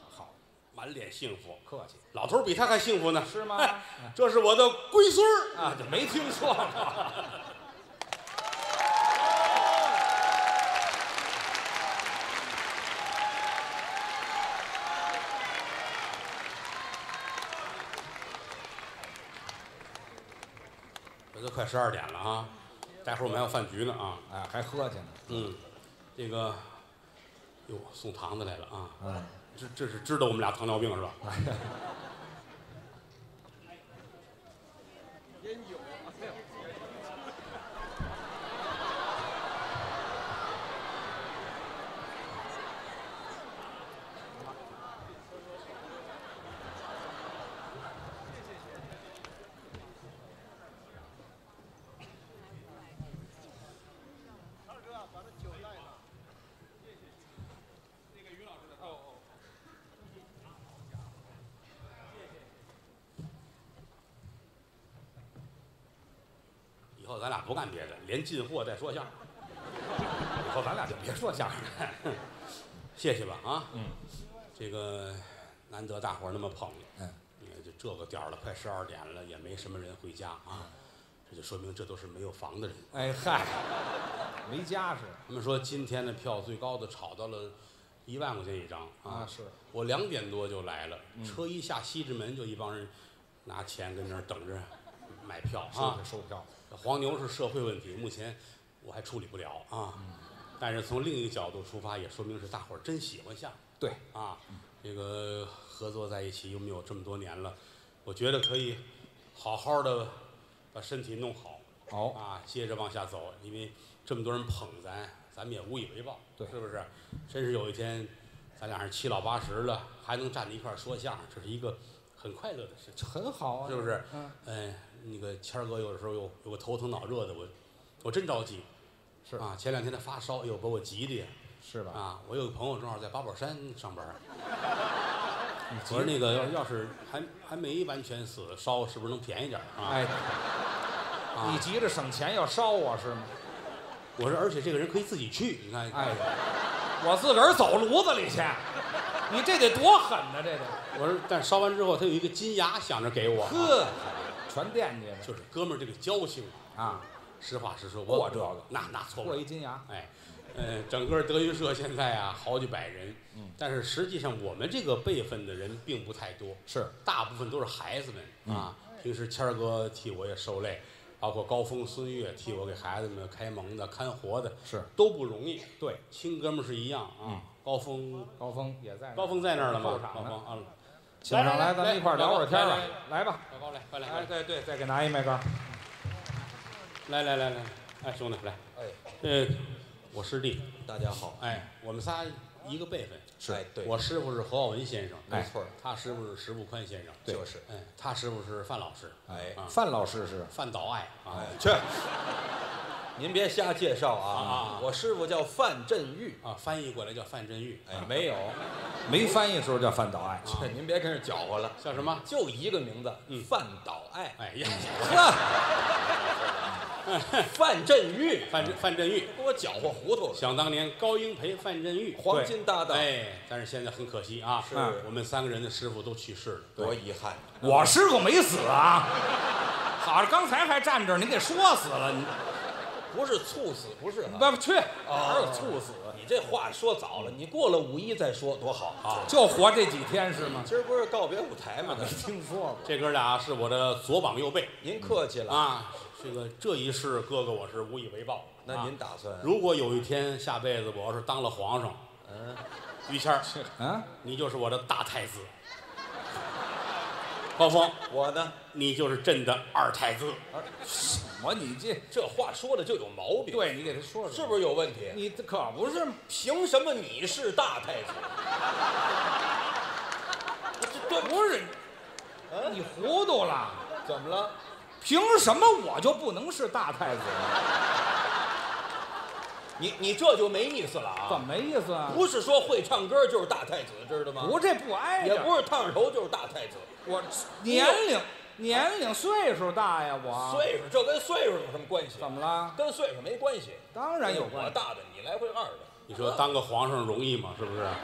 [SPEAKER 2] 好，
[SPEAKER 1] 满脸幸福，
[SPEAKER 2] 客气
[SPEAKER 1] 老头儿比他还幸福呢。
[SPEAKER 2] 是吗
[SPEAKER 1] 哎 这是我的龟孙儿，
[SPEAKER 2] 啊，就没听说过。
[SPEAKER 1] 这都快十二点了啊！待会儿我们还有饭局呢啊。
[SPEAKER 2] 哎，还喝去呢。
[SPEAKER 1] 嗯，这个，哟，送糖的来了啊！
[SPEAKER 2] 嗯，
[SPEAKER 1] 这这是知道我们俩糖尿病是吧？以后咱俩不干别的，连进货再说相声。
[SPEAKER 2] 以后咱俩就别说相声了。
[SPEAKER 1] 谢谢吧啊！
[SPEAKER 2] 嗯，
[SPEAKER 1] 这个难得大伙儿那么捧你，
[SPEAKER 2] 嗯，
[SPEAKER 1] 你看就这个点儿了，快十二点了，也没什么人回家
[SPEAKER 2] 嗯
[SPEAKER 1] 啊，这就说明这都是没有房的人。
[SPEAKER 2] 哎嗨，没家是
[SPEAKER 1] 他们说今天的票最高的炒到了一万块钱一张啊！
[SPEAKER 2] 是
[SPEAKER 1] 我两点多就来了，车一下西直门就一帮人拿钱跟那儿等着买票啊
[SPEAKER 2] 收。收票。
[SPEAKER 1] 黄牛是社会问题，目前我还处理不了啊。但是从另一个角度出发，也说明是大伙儿真喜欢相声。
[SPEAKER 2] 对，
[SPEAKER 1] 啊，这个合作在一起有没有这么多年了？我觉得可以好好的把身体弄好
[SPEAKER 2] 哦，
[SPEAKER 1] 啊，接着往下走，因为这么多人捧咱，咱们也无以为报，
[SPEAKER 2] 对
[SPEAKER 1] 是不是？真是有一天，咱俩是七老八十了，还能站在一块儿说相声，这是一个很快乐的事情，
[SPEAKER 2] 很好啊，
[SPEAKER 1] 是不是？
[SPEAKER 2] 嗯，
[SPEAKER 1] 哎，那个谦儿哥有的时候有有个头疼脑热的，我我真着急，
[SPEAKER 2] 是
[SPEAKER 1] 啊，前两天他发烧，哎呦把我急的呀
[SPEAKER 2] 是吧？
[SPEAKER 1] 啊！我有个朋友正好在八宝山上班儿。
[SPEAKER 2] 你
[SPEAKER 1] 我说
[SPEAKER 2] 急
[SPEAKER 1] 那个要要是还还没完全死，烧是不是能便宜点儿啊？
[SPEAKER 2] 哎，啊你急着省钱要烧我是吗？
[SPEAKER 1] 我说，而且这个人可以自己去，你看，
[SPEAKER 2] 哎，我自个儿走炉子里去，你这得多狠呐、这得，
[SPEAKER 1] 我说，但烧完之后他有一个金牙想着给我，啊
[SPEAKER 2] 呵，传店去了
[SPEAKER 1] 就是哥们儿这个交情，
[SPEAKER 2] 啊，
[SPEAKER 1] 实话实说，我
[SPEAKER 2] 过这个
[SPEAKER 1] 那那错不
[SPEAKER 2] 过
[SPEAKER 1] 了
[SPEAKER 2] 一，金牙，
[SPEAKER 1] 哎，呃，整个德云社现在啊好几百人，
[SPEAKER 2] 嗯
[SPEAKER 1] 但是实际上我们这个辈分的人并不太多，
[SPEAKER 2] 是嗯
[SPEAKER 1] 大部分都是孩子们啊。平时谦儿哥替我也受累，包括高峰、孙越替我给孩子们开蒙的、看活的，
[SPEAKER 2] 是，嗯
[SPEAKER 1] 都不容易。
[SPEAKER 2] 对，
[SPEAKER 1] 亲哥们儿是一样啊。高峰，
[SPEAKER 2] 高峰也在，
[SPEAKER 1] 高峰在那儿了吗
[SPEAKER 2] 后？场
[SPEAKER 1] 高
[SPEAKER 2] 呢
[SPEAKER 1] 峰啊，
[SPEAKER 2] 请上来，咱们一块儿聊会儿天儿吧
[SPEAKER 1] 来
[SPEAKER 2] 来
[SPEAKER 1] 来，
[SPEAKER 2] 吧，
[SPEAKER 1] 老高来，快来，快
[SPEAKER 2] 哎，
[SPEAKER 1] 来
[SPEAKER 2] 对对，再给拿一麦克，
[SPEAKER 1] 来来来来，哎，兄弟来，
[SPEAKER 3] 哎，
[SPEAKER 1] 这我师弟，
[SPEAKER 3] 大家好，
[SPEAKER 1] 哎，我们仨一个辈分。
[SPEAKER 3] 是哎，对，
[SPEAKER 1] 我师傅是何浩文先生，哎
[SPEAKER 3] 没错儿，
[SPEAKER 1] 他师傅是石富宽先生，
[SPEAKER 3] 对就是
[SPEAKER 1] 哎，他师傅是范老师，
[SPEAKER 3] 哎
[SPEAKER 1] 啊
[SPEAKER 2] 范老师是
[SPEAKER 1] 范岛爱啊
[SPEAKER 3] 哎， 去，您别瞎介绍
[SPEAKER 1] 啊啊
[SPEAKER 3] 啊！我师傅叫范振玉，
[SPEAKER 1] 啊，翻译过来叫范振钰，
[SPEAKER 3] 哎，没有，
[SPEAKER 2] 没翻译时候叫范岛爱，
[SPEAKER 3] 这您别跟这搅和了，
[SPEAKER 1] 叫什么？
[SPEAKER 3] 就一个名字
[SPEAKER 1] 嗯，
[SPEAKER 3] 范岛 爱，
[SPEAKER 1] 哎呀，
[SPEAKER 3] 呵，范振玉，
[SPEAKER 1] 范振范振钰，
[SPEAKER 3] 给我搅和糊涂了，
[SPEAKER 1] 想当年高英培、范振钰，
[SPEAKER 3] 黄金搭档，
[SPEAKER 1] 哎，但是现在很可惜啊，
[SPEAKER 3] 是
[SPEAKER 1] 我们三个人的师傅都去世了。
[SPEAKER 3] 多遗憾，
[SPEAKER 2] 我师傅没死啊，好着刚才还站这儿，您给说死了，你
[SPEAKER 3] 不是猝死，不是啊，
[SPEAKER 2] 不不去，哪有猝死？
[SPEAKER 3] 你这话说早了，你过了五一再说多好啊！
[SPEAKER 2] 就活这几天是吗？
[SPEAKER 3] 今儿不是告别舞台吗？
[SPEAKER 2] 没听说过。
[SPEAKER 1] 这哥俩是我的左膀右背
[SPEAKER 3] 您客气了，
[SPEAKER 1] 啊，这个这一世哥哥我是无以为报。
[SPEAKER 3] 那
[SPEAKER 1] 啊
[SPEAKER 3] 您打算
[SPEAKER 1] 如果有一天下辈子我要是当了皇上，嗯，于谦儿，
[SPEAKER 2] 啊，
[SPEAKER 1] 你就是我的大太子；高峰，
[SPEAKER 3] 我呢？
[SPEAKER 1] 你就是朕的二太子。
[SPEAKER 2] 我你这
[SPEAKER 3] 这话说的就有毛病，
[SPEAKER 2] 对你给他说说，
[SPEAKER 3] 是不是有问题？
[SPEAKER 2] 你这可不是
[SPEAKER 3] 凭什么你是大太子？
[SPEAKER 2] 这不是，
[SPEAKER 3] 嗯
[SPEAKER 2] 你糊涂了？
[SPEAKER 3] 怎么了？
[SPEAKER 2] 凭什么我就不能是大 太子了？
[SPEAKER 3] 你你这就没意思了啊！
[SPEAKER 2] 怎么没意思啊？
[SPEAKER 3] 不是说会唱歌就是大太子，知道吗？
[SPEAKER 2] 不，这不挨
[SPEAKER 3] 也
[SPEAKER 2] 着，
[SPEAKER 3] 不是烫着头就是大太子，
[SPEAKER 2] 我年龄年龄岁数大呀，我
[SPEAKER 3] 岁数这跟岁数有什么关系？
[SPEAKER 2] 怎么了？
[SPEAKER 3] 跟岁数没关系，
[SPEAKER 2] 当然有关
[SPEAKER 3] 我
[SPEAKER 2] 系，
[SPEAKER 3] 大的，你来回二的，
[SPEAKER 1] 你说当个皇上容易吗？是不是？
[SPEAKER 3] 啊，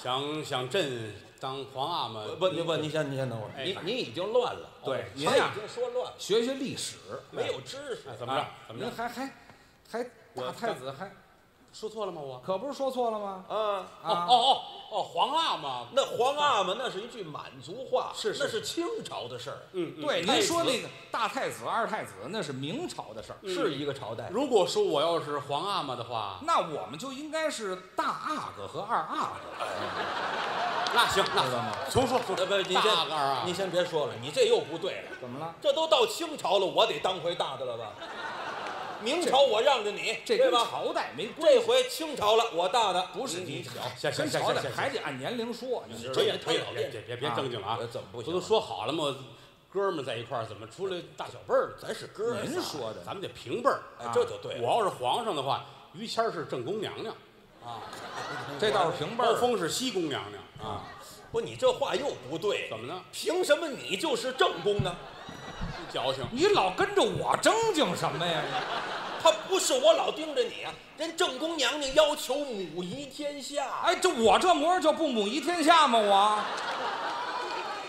[SPEAKER 1] 想想朕当皇阿玛，
[SPEAKER 3] 不不不，你先你先等会儿，
[SPEAKER 1] 哎
[SPEAKER 3] 你你已经乱了，
[SPEAKER 2] 对
[SPEAKER 3] 哦他
[SPEAKER 2] 您呀
[SPEAKER 3] 已经说乱了，
[SPEAKER 2] 学学历史，
[SPEAKER 3] 没有知识
[SPEAKER 1] 啊，怎么着
[SPEAKER 2] 啊？
[SPEAKER 1] 怎么着
[SPEAKER 2] 您？还还还大
[SPEAKER 1] 我
[SPEAKER 2] 太子还
[SPEAKER 1] 说错了吗？我
[SPEAKER 2] 可不是说错了吗？
[SPEAKER 3] 啊。
[SPEAKER 1] 哦
[SPEAKER 2] 啊，
[SPEAKER 1] 哦哦哦，皇阿玛，
[SPEAKER 3] 那皇阿玛那是一句满族话，
[SPEAKER 1] 是是
[SPEAKER 3] 那是清朝的事儿，
[SPEAKER 1] 嗯，嗯
[SPEAKER 2] 对，
[SPEAKER 3] 太
[SPEAKER 2] 您
[SPEAKER 3] 子
[SPEAKER 2] 说那个大太子、二太子那是明朝的事儿，
[SPEAKER 3] 是一个朝代。
[SPEAKER 1] 如果说我要是皇阿玛的话，
[SPEAKER 2] 那我们就应该是大阿哥和二阿哥，
[SPEAKER 1] 那行，那
[SPEAKER 2] 知道吗？
[SPEAKER 1] 重说重
[SPEAKER 3] 呃，
[SPEAKER 1] 说，
[SPEAKER 3] 不，你
[SPEAKER 1] 大个儿啊
[SPEAKER 3] 先，你先别说了，你这又不对了。
[SPEAKER 2] 怎么了？
[SPEAKER 3] 这都到清朝了，我得当回大的了吧？明朝我让着你，
[SPEAKER 2] 这
[SPEAKER 3] 对
[SPEAKER 2] 跟
[SPEAKER 3] 吧？
[SPEAKER 2] 朝代没关系，
[SPEAKER 3] 这回清朝了，我大的
[SPEAKER 2] 不是你
[SPEAKER 3] 小，
[SPEAKER 1] 行行
[SPEAKER 2] 跟
[SPEAKER 1] 行
[SPEAKER 2] 朝
[SPEAKER 1] 行
[SPEAKER 2] 代
[SPEAKER 1] 行，
[SPEAKER 2] 还得按年龄说。你
[SPEAKER 3] 是
[SPEAKER 2] 知道
[SPEAKER 1] 可以
[SPEAKER 3] 这
[SPEAKER 1] 可以
[SPEAKER 3] 太，老
[SPEAKER 1] 别
[SPEAKER 3] 练
[SPEAKER 1] 别别别
[SPEAKER 2] 啊
[SPEAKER 1] 正经了啊
[SPEAKER 3] 呃！怎么不行
[SPEAKER 1] 都
[SPEAKER 3] 啊
[SPEAKER 1] 说好了吗？哥们儿在一块儿，怎么出来大小辈儿了？
[SPEAKER 3] 咱是哥儿仨，
[SPEAKER 2] 您说的
[SPEAKER 1] 咱们得平辈儿。
[SPEAKER 3] 哎，这就对了。
[SPEAKER 1] 我要是皇上的话，于谦儿是正宫娘娘，
[SPEAKER 2] 这倒是平辈
[SPEAKER 1] 高
[SPEAKER 2] 儿。
[SPEAKER 1] 峰是西宫娘娘，
[SPEAKER 3] 不，你这话又不对
[SPEAKER 1] 怎，么呢？
[SPEAKER 3] 凭什么你就是正宫呢？
[SPEAKER 1] 矫情。
[SPEAKER 2] 你老跟着我正经什么呀？
[SPEAKER 3] 他不是我老盯着你啊，人正宫娘娘要求母仪天下，
[SPEAKER 2] 哎，这我这模样就不母仪天下吗？我，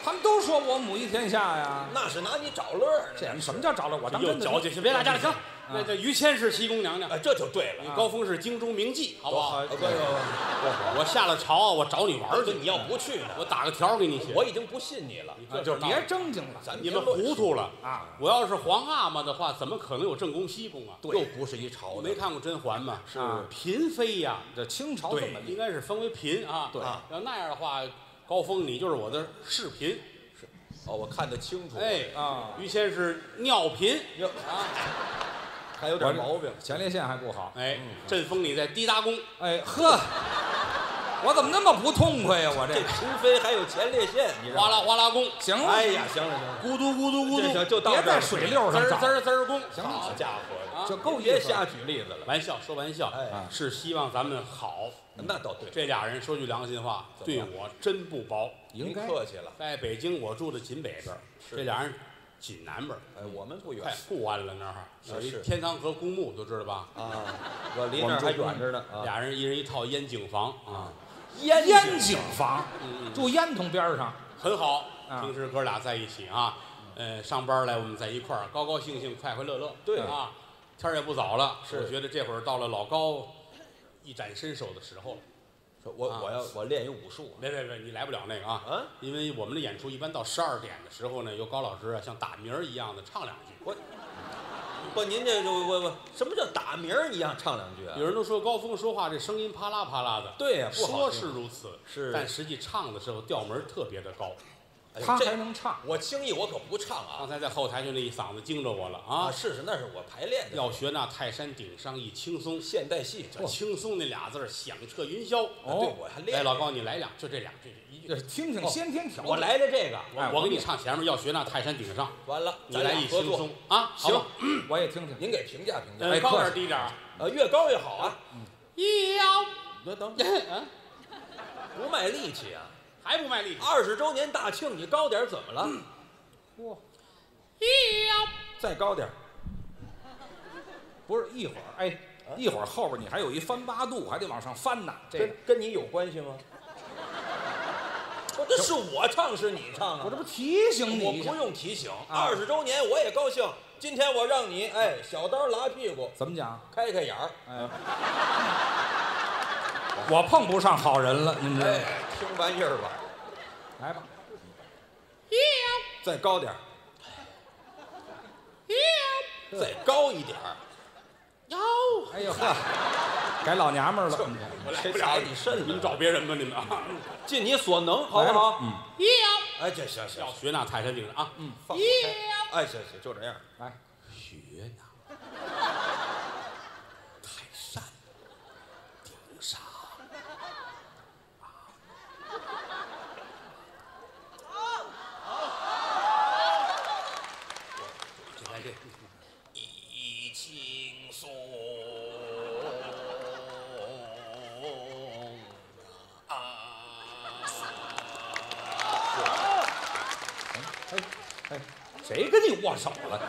[SPEAKER 2] 他们都说我母仪天下呀。
[SPEAKER 3] 那是拿你找乐儿呢。
[SPEAKER 2] 这人什么叫找了我？当
[SPEAKER 1] 又
[SPEAKER 2] 真的
[SPEAKER 1] 矫情，行别打架了，行。那
[SPEAKER 2] 啊
[SPEAKER 1] 这于谦是西宫娘娘，
[SPEAKER 3] 哎，这就对了。
[SPEAKER 1] 高峰是京中名妓，好不
[SPEAKER 2] 啊
[SPEAKER 1] 好？
[SPEAKER 3] 哎不不不，
[SPEAKER 1] 我下了朝，我找你玩
[SPEAKER 3] 而
[SPEAKER 1] 儿
[SPEAKER 3] 且
[SPEAKER 1] 去，
[SPEAKER 3] 你要不去呢，
[SPEAKER 1] 我打个条儿给你写。
[SPEAKER 3] 我已经不信你了。
[SPEAKER 2] 啊就别正经了。
[SPEAKER 3] 咱
[SPEAKER 1] 你们糊涂了
[SPEAKER 2] 啊！
[SPEAKER 1] 我要是皇阿玛的话，怎么可能有正宫西宫啊？
[SPEAKER 3] 又不是一朝
[SPEAKER 1] 我
[SPEAKER 3] 的
[SPEAKER 1] 没。看过甄嬛嘛，是
[SPEAKER 2] 啊
[SPEAKER 1] 嫔妃呀，
[SPEAKER 2] 这清朝这么厉
[SPEAKER 1] 应该是封为嫔啊。
[SPEAKER 2] 对
[SPEAKER 1] 要那样的话，高峰你就是我的侍嫔，
[SPEAKER 3] 哦，我看得清楚，
[SPEAKER 1] 哎
[SPEAKER 2] 啊
[SPEAKER 1] 于谦是尿嫔，
[SPEAKER 3] 哟还有
[SPEAKER 2] 害，
[SPEAKER 3] 点毛病。
[SPEAKER 2] 前列腺还不好。
[SPEAKER 1] 哎，
[SPEAKER 3] 啊
[SPEAKER 1] 朕封你在滴答宫，
[SPEAKER 2] 哎呵，我怎么那么不痛快呀？我
[SPEAKER 3] 这
[SPEAKER 2] 这
[SPEAKER 3] 嫔妃还有前列腺，你知
[SPEAKER 1] 哗
[SPEAKER 3] 道吗？
[SPEAKER 1] 啦哗啦宫，
[SPEAKER 2] 行了，
[SPEAKER 3] 哎呀，啊行了行了，
[SPEAKER 1] 咕嘟咕嘟咕
[SPEAKER 3] 这
[SPEAKER 1] 嘟
[SPEAKER 3] 行，就到
[SPEAKER 2] 别
[SPEAKER 3] 这
[SPEAKER 2] 在
[SPEAKER 3] 儿。
[SPEAKER 2] 水溜
[SPEAKER 1] 滋
[SPEAKER 2] 上
[SPEAKER 1] 儿
[SPEAKER 2] 找
[SPEAKER 1] 滋。儿滋儿宫。
[SPEAKER 2] 行
[SPEAKER 3] 好
[SPEAKER 2] 了，
[SPEAKER 3] 家伙，
[SPEAKER 2] 这够意
[SPEAKER 3] 别
[SPEAKER 2] 思了
[SPEAKER 3] 瞎。举例子了。
[SPEAKER 1] 玩笑说玩笑，
[SPEAKER 3] 哎
[SPEAKER 1] 啊是希望咱们好。
[SPEAKER 3] 那倒对，
[SPEAKER 1] 这俩人说句良心话，
[SPEAKER 3] 怎么
[SPEAKER 1] 对
[SPEAKER 3] 了
[SPEAKER 1] 我真不薄。
[SPEAKER 2] 应
[SPEAKER 3] 您
[SPEAKER 2] 该
[SPEAKER 3] 客气了。
[SPEAKER 1] 在北京，我住的紧北边儿，这俩人紧南边儿，
[SPEAKER 3] 哎，我们不远
[SPEAKER 1] 快固安了那儿，
[SPEAKER 3] 是
[SPEAKER 1] 有一
[SPEAKER 3] 是
[SPEAKER 1] 天堂河公墓，都知道吧？
[SPEAKER 3] 啊，我离
[SPEAKER 2] 我
[SPEAKER 3] 那
[SPEAKER 2] 们
[SPEAKER 3] 儿
[SPEAKER 2] 住
[SPEAKER 3] 还远着呢啊。
[SPEAKER 1] 俩人一人一套烟景房啊，
[SPEAKER 3] 烟
[SPEAKER 2] 烟景房
[SPEAKER 1] 嗯嗯
[SPEAKER 2] 住烟囱边上，
[SPEAKER 1] 很好。
[SPEAKER 2] 啊
[SPEAKER 1] 平时哥俩在一起啊，呃，上班来我们在一块儿，高高兴兴，快快乐乐。
[SPEAKER 3] 嗯对
[SPEAKER 1] 啊，天儿也不早了，
[SPEAKER 3] 是
[SPEAKER 1] 我觉得这会儿到了老高一展身手的时候了。
[SPEAKER 3] 说我
[SPEAKER 1] 啊
[SPEAKER 3] 我要我练一武术
[SPEAKER 1] 别别别，你来不了那个啊，
[SPEAKER 3] 啊。
[SPEAKER 1] 因为我们的演出一般到十二点的时候呢，由高老师啊像打鸣儿一样的唱两句。
[SPEAKER 3] 不，您这就我我什么叫打鸣儿一样唱两句啊
[SPEAKER 1] 有？人都说高峰说话这声音啪啦啪啦的，
[SPEAKER 3] 对呀，不好
[SPEAKER 1] 说
[SPEAKER 3] 听
[SPEAKER 1] 是如此，
[SPEAKER 3] 是
[SPEAKER 1] 但实际唱的时候调门儿特别的高。
[SPEAKER 3] 哎呦
[SPEAKER 2] 他还
[SPEAKER 3] 这
[SPEAKER 2] 能唱。
[SPEAKER 3] 我轻易我可不唱啊
[SPEAKER 1] 刚才在后台就那一嗓子惊着我了
[SPEAKER 3] 啊！
[SPEAKER 1] 啊！
[SPEAKER 3] 是是，那是我排练的
[SPEAKER 1] 要学那泰山顶上一轻松，
[SPEAKER 3] 现代戏。这
[SPEAKER 1] 这轻松那俩字儿响彻云霄。啊
[SPEAKER 2] 哦
[SPEAKER 3] 对，我还
[SPEAKER 1] 来，
[SPEAKER 3] 练。
[SPEAKER 1] 老高，你来两，就这两句，一句。
[SPEAKER 2] 这听听
[SPEAKER 3] 哦
[SPEAKER 2] 先天条件，
[SPEAKER 3] 我来了这个，
[SPEAKER 1] 我
[SPEAKER 2] 哎
[SPEAKER 1] 我给你唱前面，要学那泰山顶上，
[SPEAKER 3] 完了，
[SPEAKER 1] 你
[SPEAKER 3] 咱
[SPEAKER 1] 来
[SPEAKER 3] 俩
[SPEAKER 1] 一
[SPEAKER 3] 合
[SPEAKER 1] 轻
[SPEAKER 3] 作
[SPEAKER 1] 松。啊！好
[SPEAKER 2] 行
[SPEAKER 1] 吧，，
[SPEAKER 2] 我也听听。
[SPEAKER 3] 嗯您给评价评价，
[SPEAKER 1] 呃
[SPEAKER 2] 哎
[SPEAKER 1] 高点儿
[SPEAKER 2] 客气
[SPEAKER 1] 低点儿啊，
[SPEAKER 3] 呃，越高越好啊。
[SPEAKER 1] 一腰，
[SPEAKER 3] 等等，
[SPEAKER 1] 啊
[SPEAKER 3] 不卖力气啊！
[SPEAKER 1] 还不卖力气，
[SPEAKER 3] 二十周年大庆，你高点儿怎么了？
[SPEAKER 2] 嚯
[SPEAKER 1] 一腰。
[SPEAKER 3] 再高点儿，
[SPEAKER 2] 不是一会儿，哎，
[SPEAKER 3] 啊
[SPEAKER 2] 一会儿后边你还有一翻八度，还得往上翻呢。这个
[SPEAKER 3] 跟跟你有关系吗？不，这是我唱是你唱
[SPEAKER 2] 我
[SPEAKER 3] 啊
[SPEAKER 2] 这？不提醒
[SPEAKER 3] 我
[SPEAKER 2] 你一
[SPEAKER 3] 不
[SPEAKER 2] 下，
[SPEAKER 3] 用提醒，二十周年我也高兴。今天我让你哎，小刀拉屁股，
[SPEAKER 2] 怎么讲？
[SPEAKER 3] 开开眼儿，
[SPEAKER 2] 哎， 我碰不上好人了，您知道吗？
[SPEAKER 3] 哎，听玩意儿吧，
[SPEAKER 2] 来吧，
[SPEAKER 3] 再高点儿，再高一点儿，
[SPEAKER 1] 哟，
[SPEAKER 2] 哎呦呵，改老娘们儿了，
[SPEAKER 1] 我来
[SPEAKER 3] 谁
[SPEAKER 1] 不了
[SPEAKER 3] 踩你肾了
[SPEAKER 1] 你们找别人吧，你们啊，
[SPEAKER 3] 尽你所能，好不
[SPEAKER 2] 来吧
[SPEAKER 3] 好？
[SPEAKER 2] 嗯，
[SPEAKER 1] 要
[SPEAKER 3] 哎，这行行
[SPEAKER 1] 要，学那泰山顶上啊，嗯，
[SPEAKER 3] 放开，哎，行行，就这样。
[SPEAKER 2] 来，哎
[SPEAKER 1] 学那泰山顶上。这来这
[SPEAKER 3] 一轻松啊！
[SPEAKER 2] 哎哎，谁跟你握手了？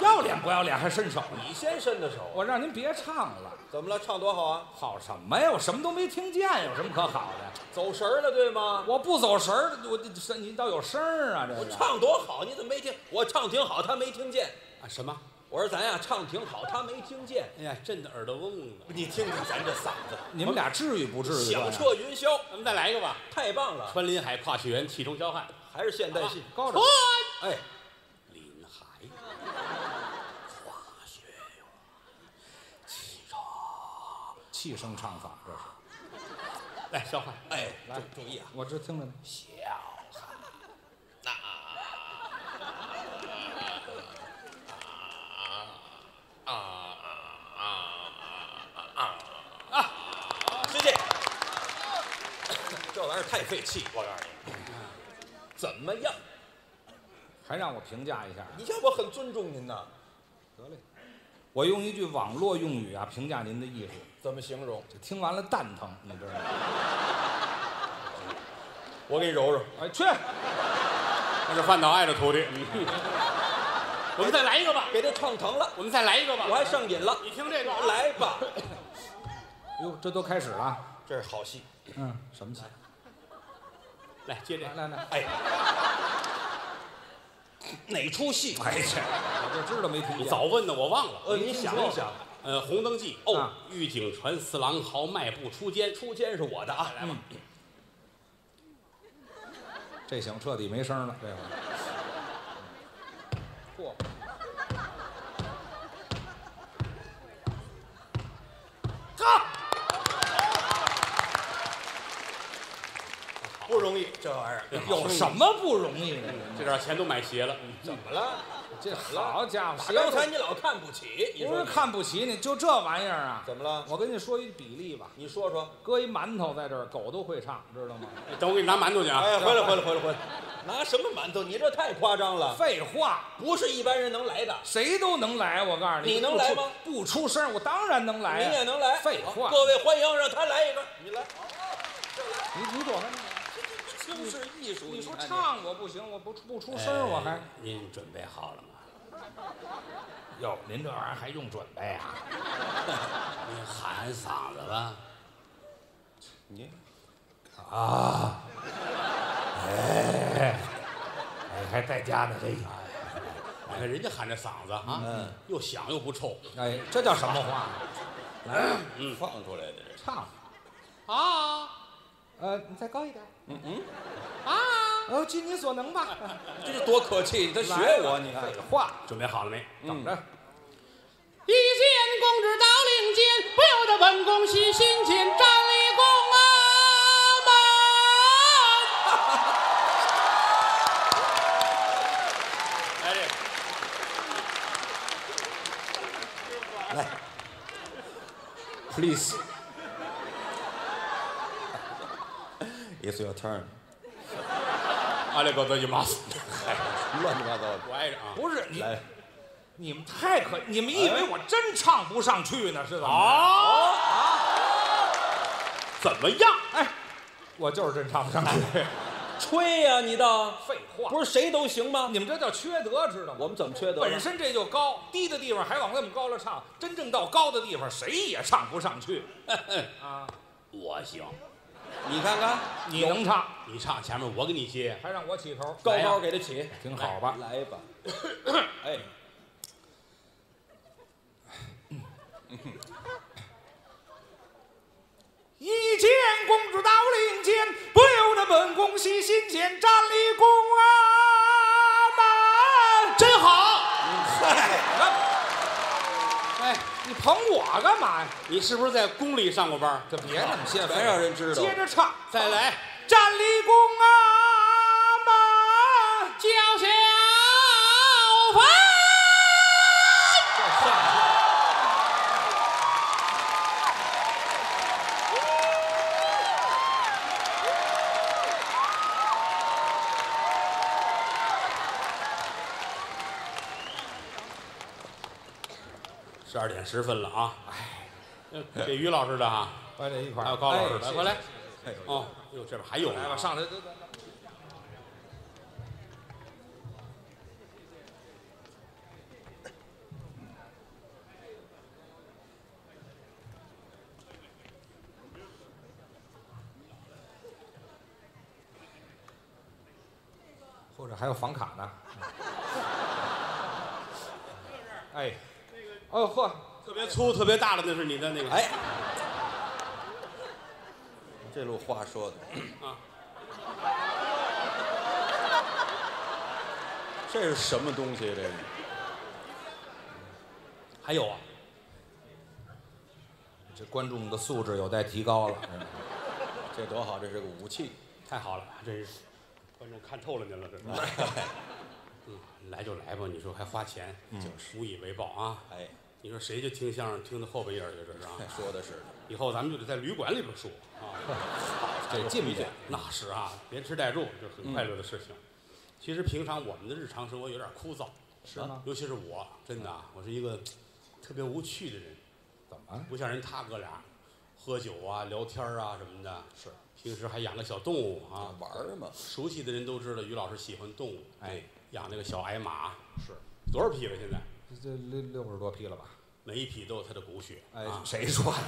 [SPEAKER 2] 要脸不要脸还伸手呢？
[SPEAKER 3] 你先伸的手，
[SPEAKER 2] 我让您别唱了，
[SPEAKER 3] 怎么了？唱多好啊，
[SPEAKER 2] 好什么呀？我什么都没听见，有什么可好的？
[SPEAKER 3] 走神儿了，对吗？
[SPEAKER 2] 我不走神儿，我这这你倒有声儿啊！这
[SPEAKER 3] 我
[SPEAKER 2] 个
[SPEAKER 3] 唱多好，你怎么没听？我唱挺好，他没听见。
[SPEAKER 1] 啊什么？
[SPEAKER 3] 我说咱呀唱挺好，他没听见。
[SPEAKER 1] 哎呀，震得耳朵嗡嗡的。
[SPEAKER 3] 你听听咱这嗓子，
[SPEAKER 2] 你们俩至于不至于这啊
[SPEAKER 3] 响
[SPEAKER 2] 样？
[SPEAKER 3] 彻云霄，
[SPEAKER 1] 咱们再来一个吧，
[SPEAKER 3] 太棒了！
[SPEAKER 1] 穿林海，跨雪原，气中霄汉。
[SPEAKER 3] 还是现代戏，
[SPEAKER 2] 高着
[SPEAKER 1] 穿
[SPEAKER 3] 哎，
[SPEAKER 1] 林海，跨雪原，气中。
[SPEAKER 2] 气声唱法，这是
[SPEAKER 1] 来，霄汉，
[SPEAKER 3] 哎，注注意啊，
[SPEAKER 2] 我这听着呢。
[SPEAKER 3] 师姐， 这玩意儿太费气，我告诉你，怎么样？
[SPEAKER 2] 还让我评价一下，
[SPEAKER 3] 你看我很尊重您呐，
[SPEAKER 2] 得嘞。我用一句网络用语啊评价您的艺术，
[SPEAKER 3] 怎么形容？
[SPEAKER 2] 这听完了蛋疼，你知道吗？
[SPEAKER 3] 我给你揉揉，
[SPEAKER 2] 哎，去，
[SPEAKER 1] 那是范岛爱的徒弟。嗯我们再来一个吧，
[SPEAKER 3] 给他烫疼了，
[SPEAKER 1] 我们再来一个吧。
[SPEAKER 3] 我还上瘾了。
[SPEAKER 1] 你听这个啊，
[SPEAKER 3] 来吧，
[SPEAKER 2] 哟，这都开始了。啊
[SPEAKER 3] 这是好戏。
[SPEAKER 2] 嗯，什么戏？
[SPEAKER 1] 来接这
[SPEAKER 2] 来
[SPEAKER 1] 个。
[SPEAKER 2] 来来，
[SPEAKER 3] 哎，哪出戏？
[SPEAKER 2] 哎这我就知道没听
[SPEAKER 1] 你
[SPEAKER 2] 见。
[SPEAKER 1] 早问的我忘了。
[SPEAKER 3] 呃，你想一想，
[SPEAKER 1] 呃，《红灯记》
[SPEAKER 3] 哦
[SPEAKER 2] 啊，
[SPEAKER 1] 玉井传四郎豪迈步出监，
[SPEAKER 3] 出监是我的啊，
[SPEAKER 2] 这行，彻底没声了，这回。嚯！
[SPEAKER 3] 不容易，这玩 意儿
[SPEAKER 2] 哎有什么不容易的？
[SPEAKER 1] 这点钱都买鞋了。
[SPEAKER 3] 怎么了？
[SPEAKER 2] 这好家伙，
[SPEAKER 3] 刚才你老哎看不起，你
[SPEAKER 2] 不
[SPEAKER 3] 说
[SPEAKER 2] 是
[SPEAKER 3] 你
[SPEAKER 2] 看不起你，就这玩意儿啊？
[SPEAKER 3] 怎么了？
[SPEAKER 2] 我跟你说一比例吧，
[SPEAKER 3] 你说说。
[SPEAKER 2] 搁一馒头在这儿，狗都会唱，知道吗？
[SPEAKER 1] 哎等我给你拿馒头去啊。
[SPEAKER 3] 哎，回来回来回来回来，拿什么馒头？你这太夸张了，
[SPEAKER 2] 废话，
[SPEAKER 3] 不是一般人能来的。
[SPEAKER 2] 谁都能来，我告诉你。
[SPEAKER 3] 你能来吗
[SPEAKER 2] 不出？不出声，我当然能来、啊
[SPEAKER 3] 你也能来，
[SPEAKER 2] 哎
[SPEAKER 3] 啊
[SPEAKER 2] 废话，
[SPEAKER 3] 各位欢迎，让他来一个，你来。
[SPEAKER 2] 你你躲开。
[SPEAKER 3] 轻视艺术，
[SPEAKER 2] 你说
[SPEAKER 3] 看
[SPEAKER 2] 唱我不行，我不出不出声，我还
[SPEAKER 1] 哎。您准备好了吗？
[SPEAKER 2] 哟，您这玩意儿还用准备啊？
[SPEAKER 1] 您喊嗓子吧。
[SPEAKER 3] 你，
[SPEAKER 2] 啊，哎，哎还带家呢这个，啊
[SPEAKER 1] 你哎看人家喊这嗓子啊，又响又不臭。
[SPEAKER 2] 哎，这叫什么话？
[SPEAKER 3] 你放出来的这
[SPEAKER 2] 唱，
[SPEAKER 1] 啊
[SPEAKER 2] 呃，你再高一点，
[SPEAKER 1] 啊！
[SPEAKER 2] 呃，尽你所能吧。
[SPEAKER 3] 这是多可气！他学
[SPEAKER 2] 来吧
[SPEAKER 3] 我，你看
[SPEAKER 2] 废话，
[SPEAKER 1] 准备好了没？
[SPEAKER 2] 等着。
[SPEAKER 1] 一见公之到令间，不由得本宫喜心间，站立宫啊门。来这个，
[SPEAKER 2] Please，
[SPEAKER 3] ，It's your turn，
[SPEAKER 1] 阿里狗子一马死，
[SPEAKER 3] 乱七八糟的。
[SPEAKER 1] 我挨着啊。
[SPEAKER 2] 不是你，
[SPEAKER 3] 来，
[SPEAKER 2] 你们太可，你们以为我真唱不上去呢？是怎么着？
[SPEAKER 1] 啊，怎么样？
[SPEAKER 2] 哎，我就是真唱不上去。
[SPEAKER 3] 吹呀，你倒
[SPEAKER 2] 废话，
[SPEAKER 3] 不是谁都行吗？
[SPEAKER 2] 你们这叫缺德，知道吗？
[SPEAKER 3] 我们怎么缺德
[SPEAKER 2] 本
[SPEAKER 3] 呢？
[SPEAKER 2] 身这就高，低的地方还往那么高了唱，真正到高的地方谁也唱不上去啊！
[SPEAKER 1] 我行，
[SPEAKER 3] 你看看，
[SPEAKER 2] 你能唱，
[SPEAKER 1] 你唱前面，我给你接。
[SPEAKER 2] 还让我起头，
[SPEAKER 3] 高
[SPEAKER 2] 来呀
[SPEAKER 3] 高给他起，
[SPEAKER 2] 挺好吧？
[SPEAKER 3] 来吧。哎，
[SPEAKER 2] 一见公主到林间，不由得本宫喜心间，站立宫啊门。
[SPEAKER 1] 真好。
[SPEAKER 3] 嗨，
[SPEAKER 2] 哎，你捧我干嘛呀？
[SPEAKER 1] 你是不是在宫里上过班？
[SPEAKER 2] 就别那么些
[SPEAKER 3] 全让人知道。
[SPEAKER 2] 接着唱，
[SPEAKER 1] 再来，
[SPEAKER 2] 站立宫啊门。
[SPEAKER 1] 叫小芬。十二点十分了啊！哎， 给于老师的啊，
[SPEAKER 2] 把这一块
[SPEAKER 1] 还
[SPEAKER 2] 儿
[SPEAKER 1] 有高老师
[SPEAKER 2] 哎
[SPEAKER 1] 的，快来
[SPEAKER 3] 哎！
[SPEAKER 1] 哦，哟，这边还有呢
[SPEAKER 2] 来吧，
[SPEAKER 1] 啊。
[SPEAKER 2] 上来，这这还有房卡呢。哎，哦嚯，
[SPEAKER 1] 特别粗、特别大的那是你的那个。
[SPEAKER 3] 哎，这路话说的
[SPEAKER 1] 啊，
[SPEAKER 3] 这是什么东西？这个
[SPEAKER 1] 还有啊，
[SPEAKER 2] 这观众的素质有待提高了。哎
[SPEAKER 3] 这多好，这是个武器。
[SPEAKER 1] 太好了，真是观众看透了您了，这是。 嗯，来就来吧，你说还花钱，就是无以为报啊。
[SPEAKER 3] 哎，
[SPEAKER 1] 你说谁就听相声听到后半夜去，这 是啊？
[SPEAKER 3] 说的是
[SPEAKER 1] 以后咱们就得在旅馆里边说啊。
[SPEAKER 2] 这进去，
[SPEAKER 1] 那是啊，连吃带住，这很快乐的事情。其实平常我们的日常生活有点枯燥，啊
[SPEAKER 2] 是吗？
[SPEAKER 1] 尤其是我，真的啊，我是一个特别无趣的人，
[SPEAKER 2] 怎么了？
[SPEAKER 1] 不像人他哥俩，喝酒啊、聊天啊什么的。
[SPEAKER 3] 是，
[SPEAKER 1] 平时还养个小动物啊，
[SPEAKER 3] 玩儿嘛，
[SPEAKER 1] 熟悉的人都知道，于老师喜欢动物，
[SPEAKER 2] 哎，
[SPEAKER 1] 养那个小矮马，
[SPEAKER 2] 是
[SPEAKER 1] 多少匹了？现在
[SPEAKER 2] 这六六十多批了吧？
[SPEAKER 1] 每一匹都有它的骨血，
[SPEAKER 2] 哎
[SPEAKER 1] 啊，
[SPEAKER 2] 谁说的？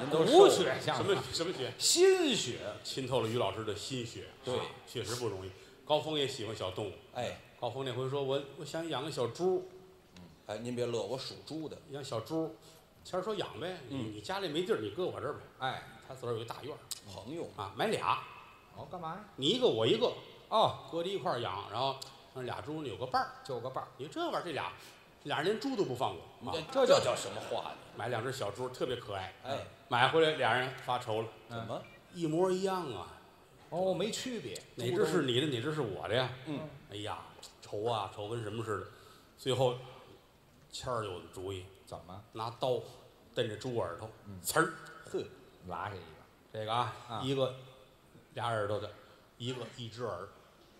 [SPEAKER 3] 您都
[SPEAKER 2] 骨
[SPEAKER 3] 瘦了
[SPEAKER 2] 血像
[SPEAKER 1] 什么什么血，
[SPEAKER 2] 心血，
[SPEAKER 1] 浸透了于老师的心血，
[SPEAKER 3] 对
[SPEAKER 1] 啊确实不容易。高峰也喜欢小动物，
[SPEAKER 3] 哎
[SPEAKER 1] 高峰那回说我我想养个小猪，
[SPEAKER 3] 哎，您别乐，我属猪的，
[SPEAKER 1] 养小猪，谦儿说养呗，你
[SPEAKER 2] 嗯
[SPEAKER 1] 你家里没地儿，你搁我这儿呗。
[SPEAKER 2] 哎，
[SPEAKER 1] 他自个儿有一大院儿
[SPEAKER 3] 朋友嘛。
[SPEAKER 1] 啊，买俩，
[SPEAKER 2] 哦，干嘛呀？
[SPEAKER 1] 你一个我一个，
[SPEAKER 2] 哦，
[SPEAKER 1] 搁在一块儿养，然后让俩猪呢有个伴儿。
[SPEAKER 2] 就个伴儿，
[SPEAKER 1] 你这玩意儿这俩，这俩人连猪都不放过啊！
[SPEAKER 3] 哎这这叫什么话呢？
[SPEAKER 1] 买两只小猪特别可爱，啊
[SPEAKER 3] 哎，
[SPEAKER 1] 买回来俩人发愁了，
[SPEAKER 3] 怎么？
[SPEAKER 1] 一模一样啊，
[SPEAKER 2] 嗯哦，没区别，
[SPEAKER 1] 哪只是你的，哪只是我的呀？
[SPEAKER 3] 嗯，
[SPEAKER 1] 哎呀，愁啊，愁跟什么似的。最后，谦儿有主意，
[SPEAKER 2] 怎么
[SPEAKER 1] 拿刀瞪着猪耳朵，呲儿，
[SPEAKER 3] 呵，
[SPEAKER 2] 拉下一个？
[SPEAKER 1] 这个啊，
[SPEAKER 2] 嗯啊
[SPEAKER 1] 一个俩耳朵的，一个一只耳，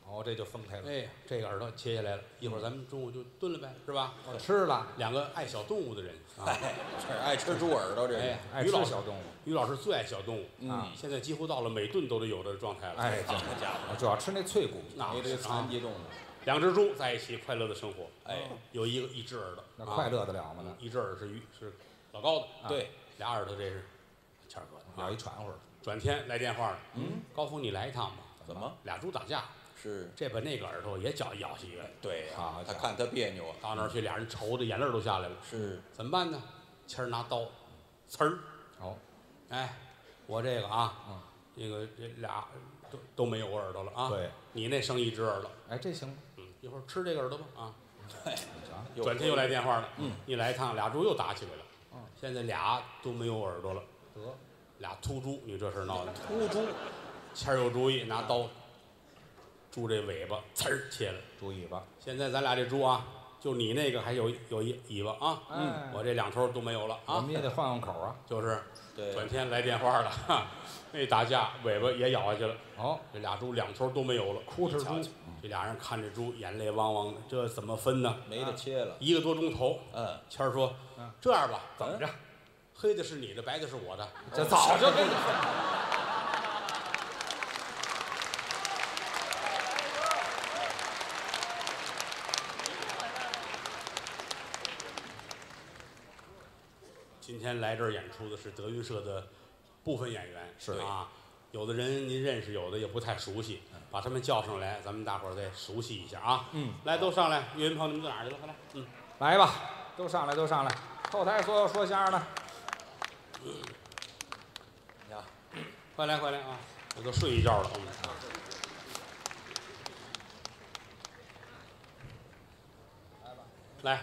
[SPEAKER 2] 哦，这就分开了。
[SPEAKER 1] 哎，这个耳朵切下来了，一会儿咱们中午就炖了呗，是吧？
[SPEAKER 2] 哦，吃了，
[SPEAKER 1] 两个爱小动物的人啊，
[SPEAKER 3] 哎，这爱吃猪耳朵，这是
[SPEAKER 1] 哎
[SPEAKER 2] 爱
[SPEAKER 1] 于
[SPEAKER 2] 吃
[SPEAKER 1] 老师
[SPEAKER 2] 小动物。
[SPEAKER 1] 于老师最爱小动物啊
[SPEAKER 2] 嗯
[SPEAKER 1] 现在几乎到了每顿都得有的状态了。
[SPEAKER 2] 哎，
[SPEAKER 3] 好家伙，
[SPEAKER 2] 主要吃那脆骨，
[SPEAKER 1] 那
[SPEAKER 3] 你这
[SPEAKER 1] 是啊
[SPEAKER 3] 残疾动物，
[SPEAKER 1] 两只猪在一起快乐的生活，
[SPEAKER 3] 哎，
[SPEAKER 1] 有一个一只耳朵，
[SPEAKER 2] 那
[SPEAKER 1] 啊
[SPEAKER 2] 快乐得了吗？呢？
[SPEAKER 1] 一只耳是鱼是老高的，
[SPEAKER 3] 对，
[SPEAKER 1] 啊俩耳朵这是谦儿哥的
[SPEAKER 2] 咬
[SPEAKER 1] 啊。
[SPEAKER 2] 一喘会儿，
[SPEAKER 1] 转天来电话了，嗯，高峰你来一趟吧。
[SPEAKER 3] 怎么
[SPEAKER 1] 俩猪打架，
[SPEAKER 3] 是？
[SPEAKER 1] 这把那个耳朵也绞咬下一个，
[SPEAKER 3] 对
[SPEAKER 2] 好
[SPEAKER 3] 呀，
[SPEAKER 2] 家
[SPEAKER 3] 他
[SPEAKER 2] 伙
[SPEAKER 3] 看他别扭啊，
[SPEAKER 1] 到那儿去俩人愁的眼泪儿都下来了，
[SPEAKER 3] 是
[SPEAKER 1] 怎么办呢？谦儿拿刀，呲儿，
[SPEAKER 2] 哦，
[SPEAKER 1] 哎，我这个
[SPEAKER 2] 嗯
[SPEAKER 1] 啊，这个这俩都都没有我耳朵了啊，
[SPEAKER 2] 对，
[SPEAKER 1] 你那剩一只耳朵，
[SPEAKER 2] 哎，这行吗？
[SPEAKER 1] 嗯，一会儿吃这个耳朵吧啊。
[SPEAKER 2] 行，
[SPEAKER 3] 又
[SPEAKER 1] 转天又来电话了，嗯，一来一趟俩猪又打起来了，嗯，现在俩都没有耳朵了，
[SPEAKER 2] 得，
[SPEAKER 1] 俩秃猪，你这事儿闹的，
[SPEAKER 3] 秃猪，
[SPEAKER 1] 谦儿有主意，拿刀，猪这尾巴呲儿切了。
[SPEAKER 2] 猪尾巴，
[SPEAKER 1] 现在咱俩这猪啊，就你那个还有有一尾巴啊，
[SPEAKER 2] 哎
[SPEAKER 1] 我这两头都没有了
[SPEAKER 2] 我
[SPEAKER 1] 啊
[SPEAKER 2] 们，也得换换口 啊。
[SPEAKER 1] 就是
[SPEAKER 3] 对
[SPEAKER 1] 转天来电话了，哈，那打架尾巴也咬下去了，
[SPEAKER 2] 哦，
[SPEAKER 1] 这俩猪两头都没有了，
[SPEAKER 2] 哭哧
[SPEAKER 1] 你瞧
[SPEAKER 2] 猪
[SPEAKER 1] 瞧，这俩人看着猪眼泪汪汪的，这怎么分呢？
[SPEAKER 3] 没得切了，
[SPEAKER 1] 一个多钟头，
[SPEAKER 3] 嗯，
[SPEAKER 1] 谦儿说
[SPEAKER 2] 嗯：“
[SPEAKER 1] 这样吧，
[SPEAKER 3] 怎么着？
[SPEAKER 1] 黑的是你的，白的是 我的。
[SPEAKER 2] 这早就 跟你
[SPEAKER 1] 今天来这儿演出的是德云社的部分演员，
[SPEAKER 2] 是
[SPEAKER 1] 啊，有的人您认识，有的也不太熟悉，把他们叫上来，咱们大伙儿再熟悉一下啊。
[SPEAKER 2] 嗯，
[SPEAKER 1] 来都上来，岳云鹏，你们到哪儿去了？快来，嗯，
[SPEAKER 2] 来吧，都上来，都上来。后台所有说相声的，
[SPEAKER 3] 你看
[SPEAKER 1] 快来，快来啊！我都睡一觉了，我们
[SPEAKER 2] 啊
[SPEAKER 1] 来，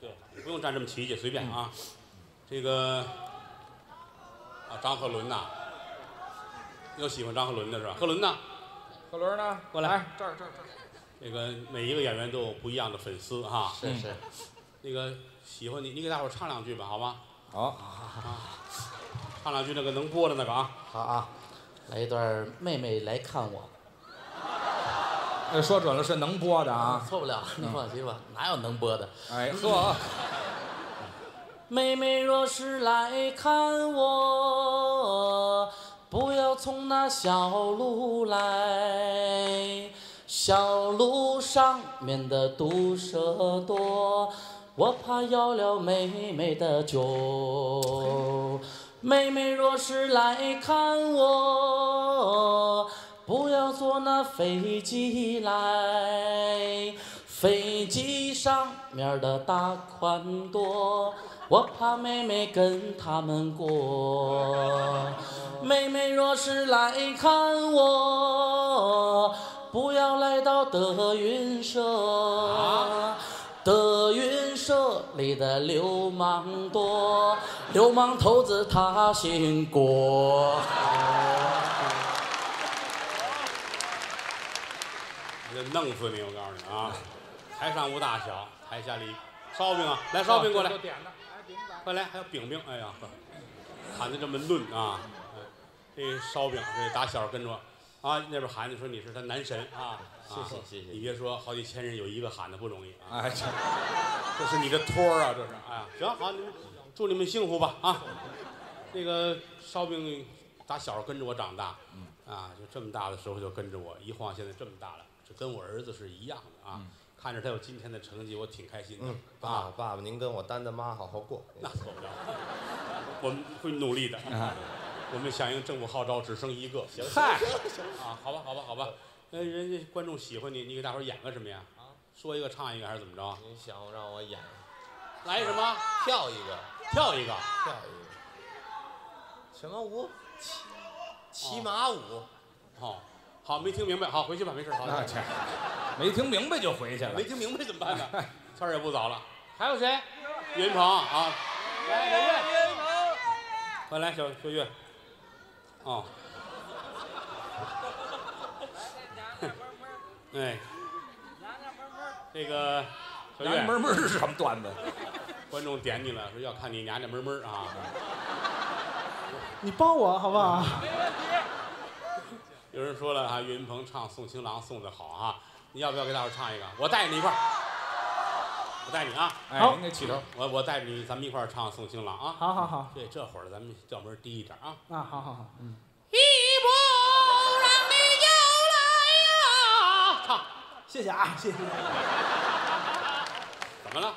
[SPEAKER 1] 对，你不用站这么齐去，随便啊。
[SPEAKER 2] 嗯
[SPEAKER 1] 这个啊，张鹤伦呐，有喜欢张鹤伦的是吧？鹤伦呐，
[SPEAKER 2] 贺伦呢？
[SPEAKER 1] 过来，
[SPEAKER 2] 这儿这儿这儿。
[SPEAKER 1] 这个每一个演员都有不一样的粉丝哈、
[SPEAKER 2] 是是。
[SPEAKER 1] 那个喜欢你，你给大伙儿唱两句吧，好吗？
[SPEAKER 2] 好，
[SPEAKER 1] 唱两句那个能播的那个啊。
[SPEAKER 4] 好啊，来一段儿妹妹来看 我》，
[SPEAKER 2] 那呃说准了是能播的啊。
[SPEAKER 4] 错不了，你放心吧，哪有能播的？
[SPEAKER 2] 哎呵，
[SPEAKER 4] 妹妹若是来看我，不要从那小路来，小路上面的毒蛇多，我怕咬了妹妹的脚。妹妹若是来看我，不要坐那飞机来，飞机上面的大款多，我怕妹妹跟他们过。妹妹若是来看我，不要来到德云社。德云社里的流氓多，流氓头子他姓郭。
[SPEAKER 1] 我就弄死你！我告诉你啊，台上无大小，台下立烧饼啊，来烧饼过来，
[SPEAKER 2] 都点了
[SPEAKER 1] 快来，还有饼饼，哎呀，喊的这么论啊，哎这烧饼这打小跟着啊，那边喊的说你是他男神啊，谢谢谢谢，你别说好几千人有一个喊的不容易啊，
[SPEAKER 2] 哎，这
[SPEAKER 1] 这是你的托儿啊，这是，哎呀，行好，你们祝你们幸福吧啊，这个烧饼打小跟着我长大，啊，就这么大的时候就跟着我，一晃现在这么大了，这跟我儿子是一样的啊，看着他有今天的成绩，我挺开心的，
[SPEAKER 5] 嗯，爸
[SPEAKER 1] 啊，
[SPEAKER 5] 爸爸，您跟我丹丹妈好好过。
[SPEAKER 1] 那错不了，我们会努力的。
[SPEAKER 5] 啊
[SPEAKER 1] 我们响应政府号召，只剩一个。行
[SPEAKER 2] 嗨，
[SPEAKER 1] 啊，好吧，好吧，好吧。那人家观众喜欢你，你给大伙儿演个什么呀？
[SPEAKER 5] 啊
[SPEAKER 1] 说一个唱一个还是怎么着？
[SPEAKER 5] 您想让我演
[SPEAKER 1] 来什么？
[SPEAKER 5] 跳一个，
[SPEAKER 1] 跳一个。
[SPEAKER 5] 跳一个，什么
[SPEAKER 2] 哦
[SPEAKER 5] 舞？骑骑马舞。
[SPEAKER 1] 哦，好，没听明白，好，回去吧，没事。好，
[SPEAKER 2] 那去，哎没听明白就回去了哎
[SPEAKER 1] 没。听明白怎 么办呢？天儿也不早了，还有谁？岳云鹏啊，来，小岳，快来，小小岳。哦。哎，这个小
[SPEAKER 2] 娘
[SPEAKER 1] 岳
[SPEAKER 2] 娘，闷闷是什么段子？
[SPEAKER 1] 观众点你了，说要看你娘娘闷闷啊。
[SPEAKER 6] 你帮我好不好？
[SPEAKER 1] 有人说了啊，岳云鹏唱《送情郎》送的好啊，你要不要给大伙儿唱一个？我带着你一块儿，我带你啊，
[SPEAKER 2] 哎，
[SPEAKER 6] 好
[SPEAKER 2] 您给起头。
[SPEAKER 1] 我我带着你，咱们一块儿唱《送情郎》啊。
[SPEAKER 6] 好好好，
[SPEAKER 1] 对，这会儿咱们调门低一点啊。
[SPEAKER 6] 啊，好好好，
[SPEAKER 1] 不让你又来呀！唱，
[SPEAKER 6] 谢谢啊，谢谢。
[SPEAKER 1] 怎么了？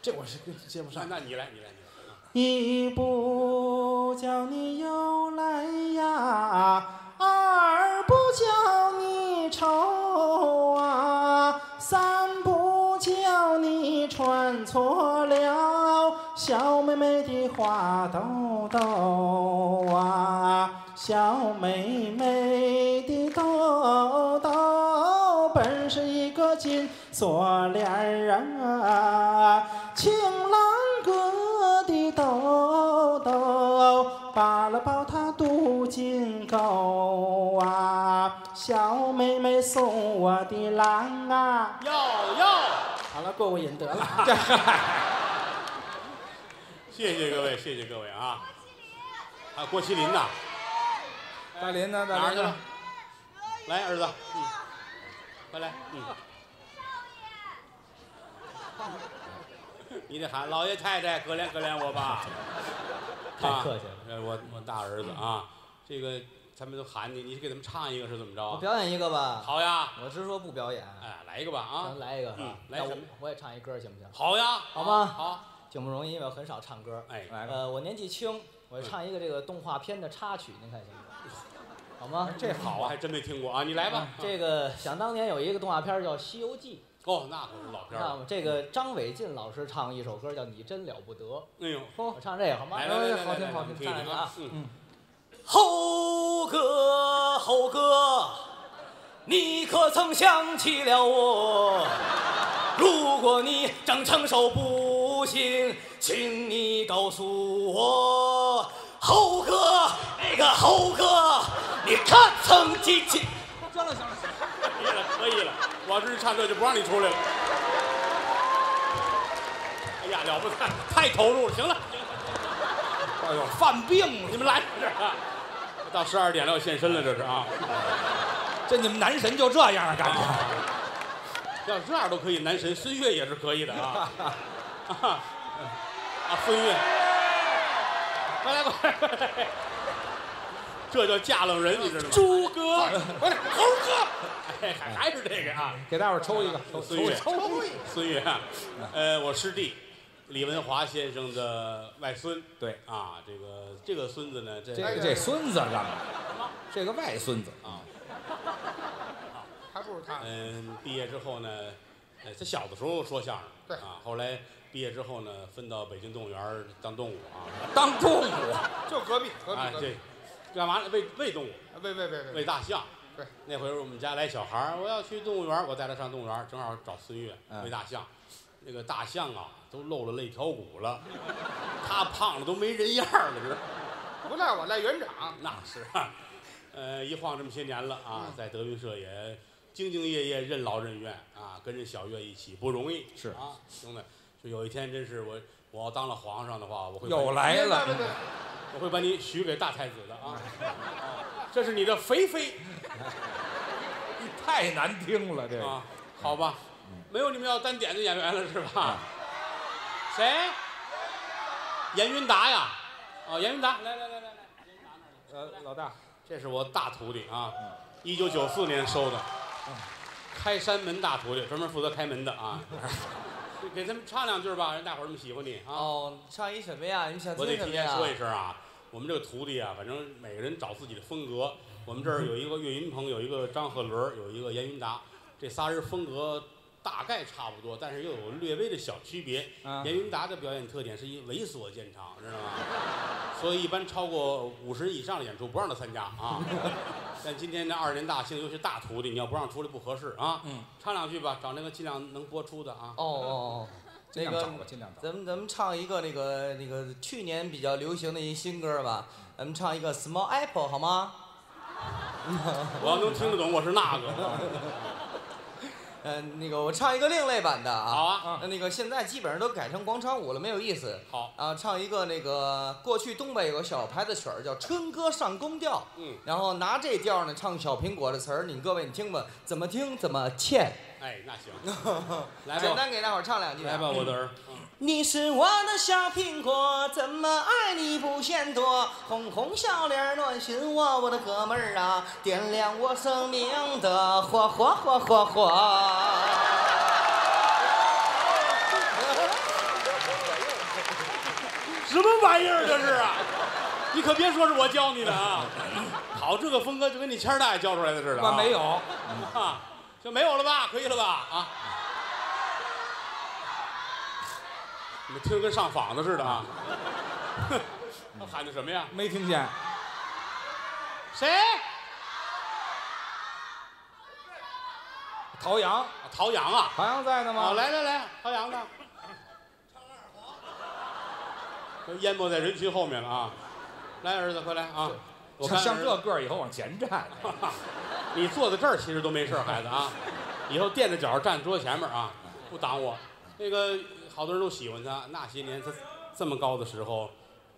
[SPEAKER 6] 这我是接不
[SPEAKER 1] 那
[SPEAKER 6] 上。
[SPEAKER 1] 那你来，你来，你来。啊
[SPEAKER 6] 一不叫你又来呀，二不叫你愁啊，三不叫你穿错了小妹妹的花兜兜啊，小妹妹的兜兜本是一个金锁链儿啊，情郎哥的兜兜，扒了抱他镀金钩啊，小妹妹送我的郎啊，
[SPEAKER 1] 哟哟。
[SPEAKER 6] 好了，过过瘾得了。
[SPEAKER 1] 谢谢各位，谢谢各位啊！啊，郭麒麟呐，
[SPEAKER 2] 大林呢？
[SPEAKER 1] 哪
[SPEAKER 2] 大
[SPEAKER 1] 儿去
[SPEAKER 2] 林
[SPEAKER 1] 了
[SPEAKER 2] 呢？？
[SPEAKER 1] 来，儿子，嗯，快来，嗯。你得喊老爷太太，可怜可怜我吧。
[SPEAKER 5] 太客气了
[SPEAKER 1] 啊呃我我大儿子啊，这个他们都喊你，你给他们唱一个是怎么着
[SPEAKER 5] 我
[SPEAKER 1] 啊？
[SPEAKER 5] 表演一个吧。
[SPEAKER 1] 好呀，
[SPEAKER 5] 我是说不表演，
[SPEAKER 1] 哎，来一个吧啊
[SPEAKER 5] 咱！来一个是吧
[SPEAKER 1] 嗯？来
[SPEAKER 5] 那
[SPEAKER 1] 什
[SPEAKER 5] 我
[SPEAKER 1] 么
[SPEAKER 5] 我也唱一歌行不行？
[SPEAKER 1] 好呀，
[SPEAKER 5] 好吧
[SPEAKER 1] 好，
[SPEAKER 5] 挺不容易，因为我很少唱歌。
[SPEAKER 1] 哎，
[SPEAKER 2] 来吧。
[SPEAKER 5] 呃，我年纪轻，我唱一个这个动画片的插曲，您看行吗？好吗？
[SPEAKER 1] 这好啊，还真没听过啊！你来吧。
[SPEAKER 5] 这个想当年有一个动画片叫《西游记》，
[SPEAKER 1] 哦，那可是老片儿
[SPEAKER 5] 那
[SPEAKER 1] 了。
[SPEAKER 5] 么这个张伟进老师唱一首歌叫《你真了不得》，
[SPEAKER 1] 哎呦，
[SPEAKER 5] 我唱这个好吗？哎
[SPEAKER 1] 来来来来来，
[SPEAKER 5] 好听好
[SPEAKER 1] 咱们
[SPEAKER 5] 听，
[SPEAKER 1] 听一
[SPEAKER 5] 唱这
[SPEAKER 1] 听
[SPEAKER 5] 个啊
[SPEAKER 1] 啊！！嗯。
[SPEAKER 5] 猴哥，猴哥，你可曾想起了我？如果你正承受不幸，请你告诉我。猴哥，那个猴哥，你可曾记起？
[SPEAKER 1] 可以了，可以了，我要是唱这就不让你出来了。哎呀，了不得，太投入了。行了，行了
[SPEAKER 2] 哎呦，犯病了！
[SPEAKER 1] 你们来这儿啊！到十二点了，要现身了，这是啊！
[SPEAKER 2] 这你们男神就这样啊感觉？
[SPEAKER 1] 要这样都可以，男神孙悦也是可以的啊！啊，孙悦，快来快来快来！这叫嫁愣人，你知道吗？
[SPEAKER 2] 猪哥，快点，猴哥，
[SPEAKER 1] 哎还还是这个啊！
[SPEAKER 2] 给大伙儿抽一个，抽
[SPEAKER 1] 孙悦，
[SPEAKER 2] 抽抽一个。
[SPEAKER 1] 孙悦啊，呃，我师弟李文华先生的外孙。
[SPEAKER 2] 对，
[SPEAKER 1] 啊，这个这个孙子呢，这
[SPEAKER 2] 这个这孙子干嘛？这个外孙子
[SPEAKER 1] 啊，
[SPEAKER 2] 户他
[SPEAKER 1] 嗯，毕业之后呢，呃，他小的时候说相声，
[SPEAKER 2] 对
[SPEAKER 1] 啊，后来毕业之后呢，分到北京动物园儿当动物啊，
[SPEAKER 2] 当动物，就隔壁隔
[SPEAKER 1] 啊
[SPEAKER 2] 壁，隔
[SPEAKER 1] 这
[SPEAKER 2] 壁，
[SPEAKER 1] 干嘛呢？喂喂动物，
[SPEAKER 2] 啊喂喂喂
[SPEAKER 1] 喂
[SPEAKER 2] 喂，
[SPEAKER 1] 大象。
[SPEAKER 2] 对，
[SPEAKER 1] 那回我们家来小孩儿，我要去动物园儿，我带他上动物园儿，正好找孙越
[SPEAKER 6] 嗯
[SPEAKER 1] 喂大象，那个大象啊都露了肋条骨了，他胖了都没人样儿了，知道吗
[SPEAKER 2] 不赖我赖园长，
[SPEAKER 1] 那是啊，呃，一晃这么些年了
[SPEAKER 2] 嗯
[SPEAKER 1] 啊，在德云社也兢兢业业、任劳任怨啊，跟着小岳一起不容易。
[SPEAKER 6] 是
[SPEAKER 1] 啊，兄弟，就有一天真是我，我要当了皇上的话，我会把
[SPEAKER 2] 又
[SPEAKER 1] 你
[SPEAKER 2] 来哎了
[SPEAKER 1] 别别别别我会把你许给大太子的 啊。这是你的肥妃
[SPEAKER 2] 太难听了这个。
[SPEAKER 1] 啊，好吧，没有你们要单点的演员了是吧？谁？严云达呀，哦，严云达，来来来来来，
[SPEAKER 2] 呃，老大，
[SPEAKER 1] 这是我大徒弟啊，一九九四年收的，开山门大徒弟，专门负责开门的啊。给他们唱两句吧，让大伙儿这么喜欢你啊！
[SPEAKER 4] 哦，唱一什么呀？你们想
[SPEAKER 1] 我
[SPEAKER 4] 听
[SPEAKER 1] 得
[SPEAKER 4] 什
[SPEAKER 1] 提
[SPEAKER 4] 么
[SPEAKER 1] 前
[SPEAKER 4] 呀？
[SPEAKER 1] 说一声啊，我们这个徒弟啊，反正每个人找自己的风格。我们这儿有一个岳云鹏，有一个张鹤伦，有一个严云达，这仨人风格大概差不多，但是又有略微的小区别。
[SPEAKER 6] 啊
[SPEAKER 1] 严云达的表演特点是以猥琐见长，知道吗？所以一般超过五十人以上的演出不让他参加啊。 但今天这二连大庆，尤其是大徒弟，你要不让出来不合适啊。
[SPEAKER 6] 嗯，
[SPEAKER 1] 唱两句吧，找那个尽量能播出的啊。
[SPEAKER 4] 哦哦哦，
[SPEAKER 6] 尽
[SPEAKER 4] 那
[SPEAKER 6] 量
[SPEAKER 4] 个
[SPEAKER 6] 找吧，尽量找。
[SPEAKER 4] 咱们咱们唱一个那个那个去年比较流行的一新歌吧，咱们唱一个《Small Apple》好吗？
[SPEAKER 1] 我要能听得懂，我是那个。
[SPEAKER 4] 呃，那个我唱一个另类版的啊。
[SPEAKER 1] 好啊
[SPEAKER 4] 呃那个现在基本上都改成广场舞了，没有意思。
[SPEAKER 1] 好
[SPEAKER 4] 啊，唱一个那个过去东北有个小牌子曲儿叫《春歌上宫调》，
[SPEAKER 1] 嗯，
[SPEAKER 4] 然后拿这调儿呢唱小苹果的词儿，你各位你听吧，怎么听怎么欠。
[SPEAKER 1] 哎，那行，嗯来
[SPEAKER 4] 简
[SPEAKER 1] 吧，
[SPEAKER 4] 单给大伙儿唱两句啊。
[SPEAKER 1] 来吧，我的儿。
[SPEAKER 4] 你是我的小苹果，怎么爱你不嫌多？红红小脸儿暖心窝，我的哥们儿啊，点亮我生命的火火火火火。
[SPEAKER 1] 什么玩意儿这是啊？你可别说是我教你的啊！好，这个风格就跟你谦儿大爷教出来的似的、
[SPEAKER 2] 那
[SPEAKER 1] 啊。
[SPEAKER 2] 没有，
[SPEAKER 1] 啊，就没有了吧？可以了吧？啊，你们听着跟上访的似的啊！ 哼，他喊的什么呀？啊
[SPEAKER 2] 没听见。
[SPEAKER 1] 谁？
[SPEAKER 2] 陶阳，
[SPEAKER 1] 啊陶阳啊！
[SPEAKER 2] 陶阳在呢
[SPEAKER 1] 啊，
[SPEAKER 2] 吗？
[SPEAKER 1] 来来来，陶阳呢？都淹没在人群后面了啊！来，儿子，快来啊！
[SPEAKER 2] 像
[SPEAKER 1] 我看
[SPEAKER 2] 像
[SPEAKER 1] 儿
[SPEAKER 2] 这
[SPEAKER 1] 子，
[SPEAKER 2] 个儿以后往前站，
[SPEAKER 1] 你坐在这儿其实都没事儿，孩子啊，以后垫着脚站桌前面啊，不挡我。那个好多人都喜欢他，那些年他这么高的时候，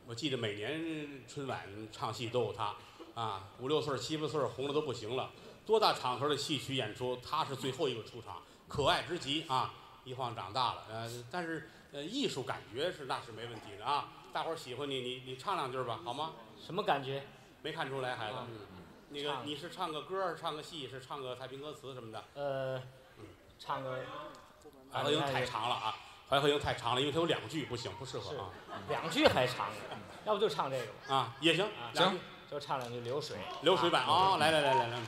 [SPEAKER 1] 我记得每年春晚唱戏都有他啊，五六岁儿、七八岁儿红的都不行了，多大场合的戏曲演出，他是最后一个出场，可爱之极啊！一晃长大了，呃，但是呃，艺术感觉是那是没问题的啊。大伙儿喜欢你，你你唱两句吧，好吗？
[SPEAKER 7] 什么感觉？
[SPEAKER 1] 没看出来，孩子。嗯那个
[SPEAKER 7] 唱
[SPEAKER 1] 你是唱个歌儿，唱个戏，是唱个太平歌词什么的。
[SPEAKER 7] 呃，唱个
[SPEAKER 1] 淮河营太长了啊，淮河营太长了，因为它有两句，不行，不适合啊。
[SPEAKER 7] 两句还长呢，要不就唱这个吧，
[SPEAKER 1] 啊，也行，
[SPEAKER 7] 啊，
[SPEAKER 1] 两句，
[SPEAKER 7] 就唱两句流水。
[SPEAKER 1] 流水版啊，来来来来来，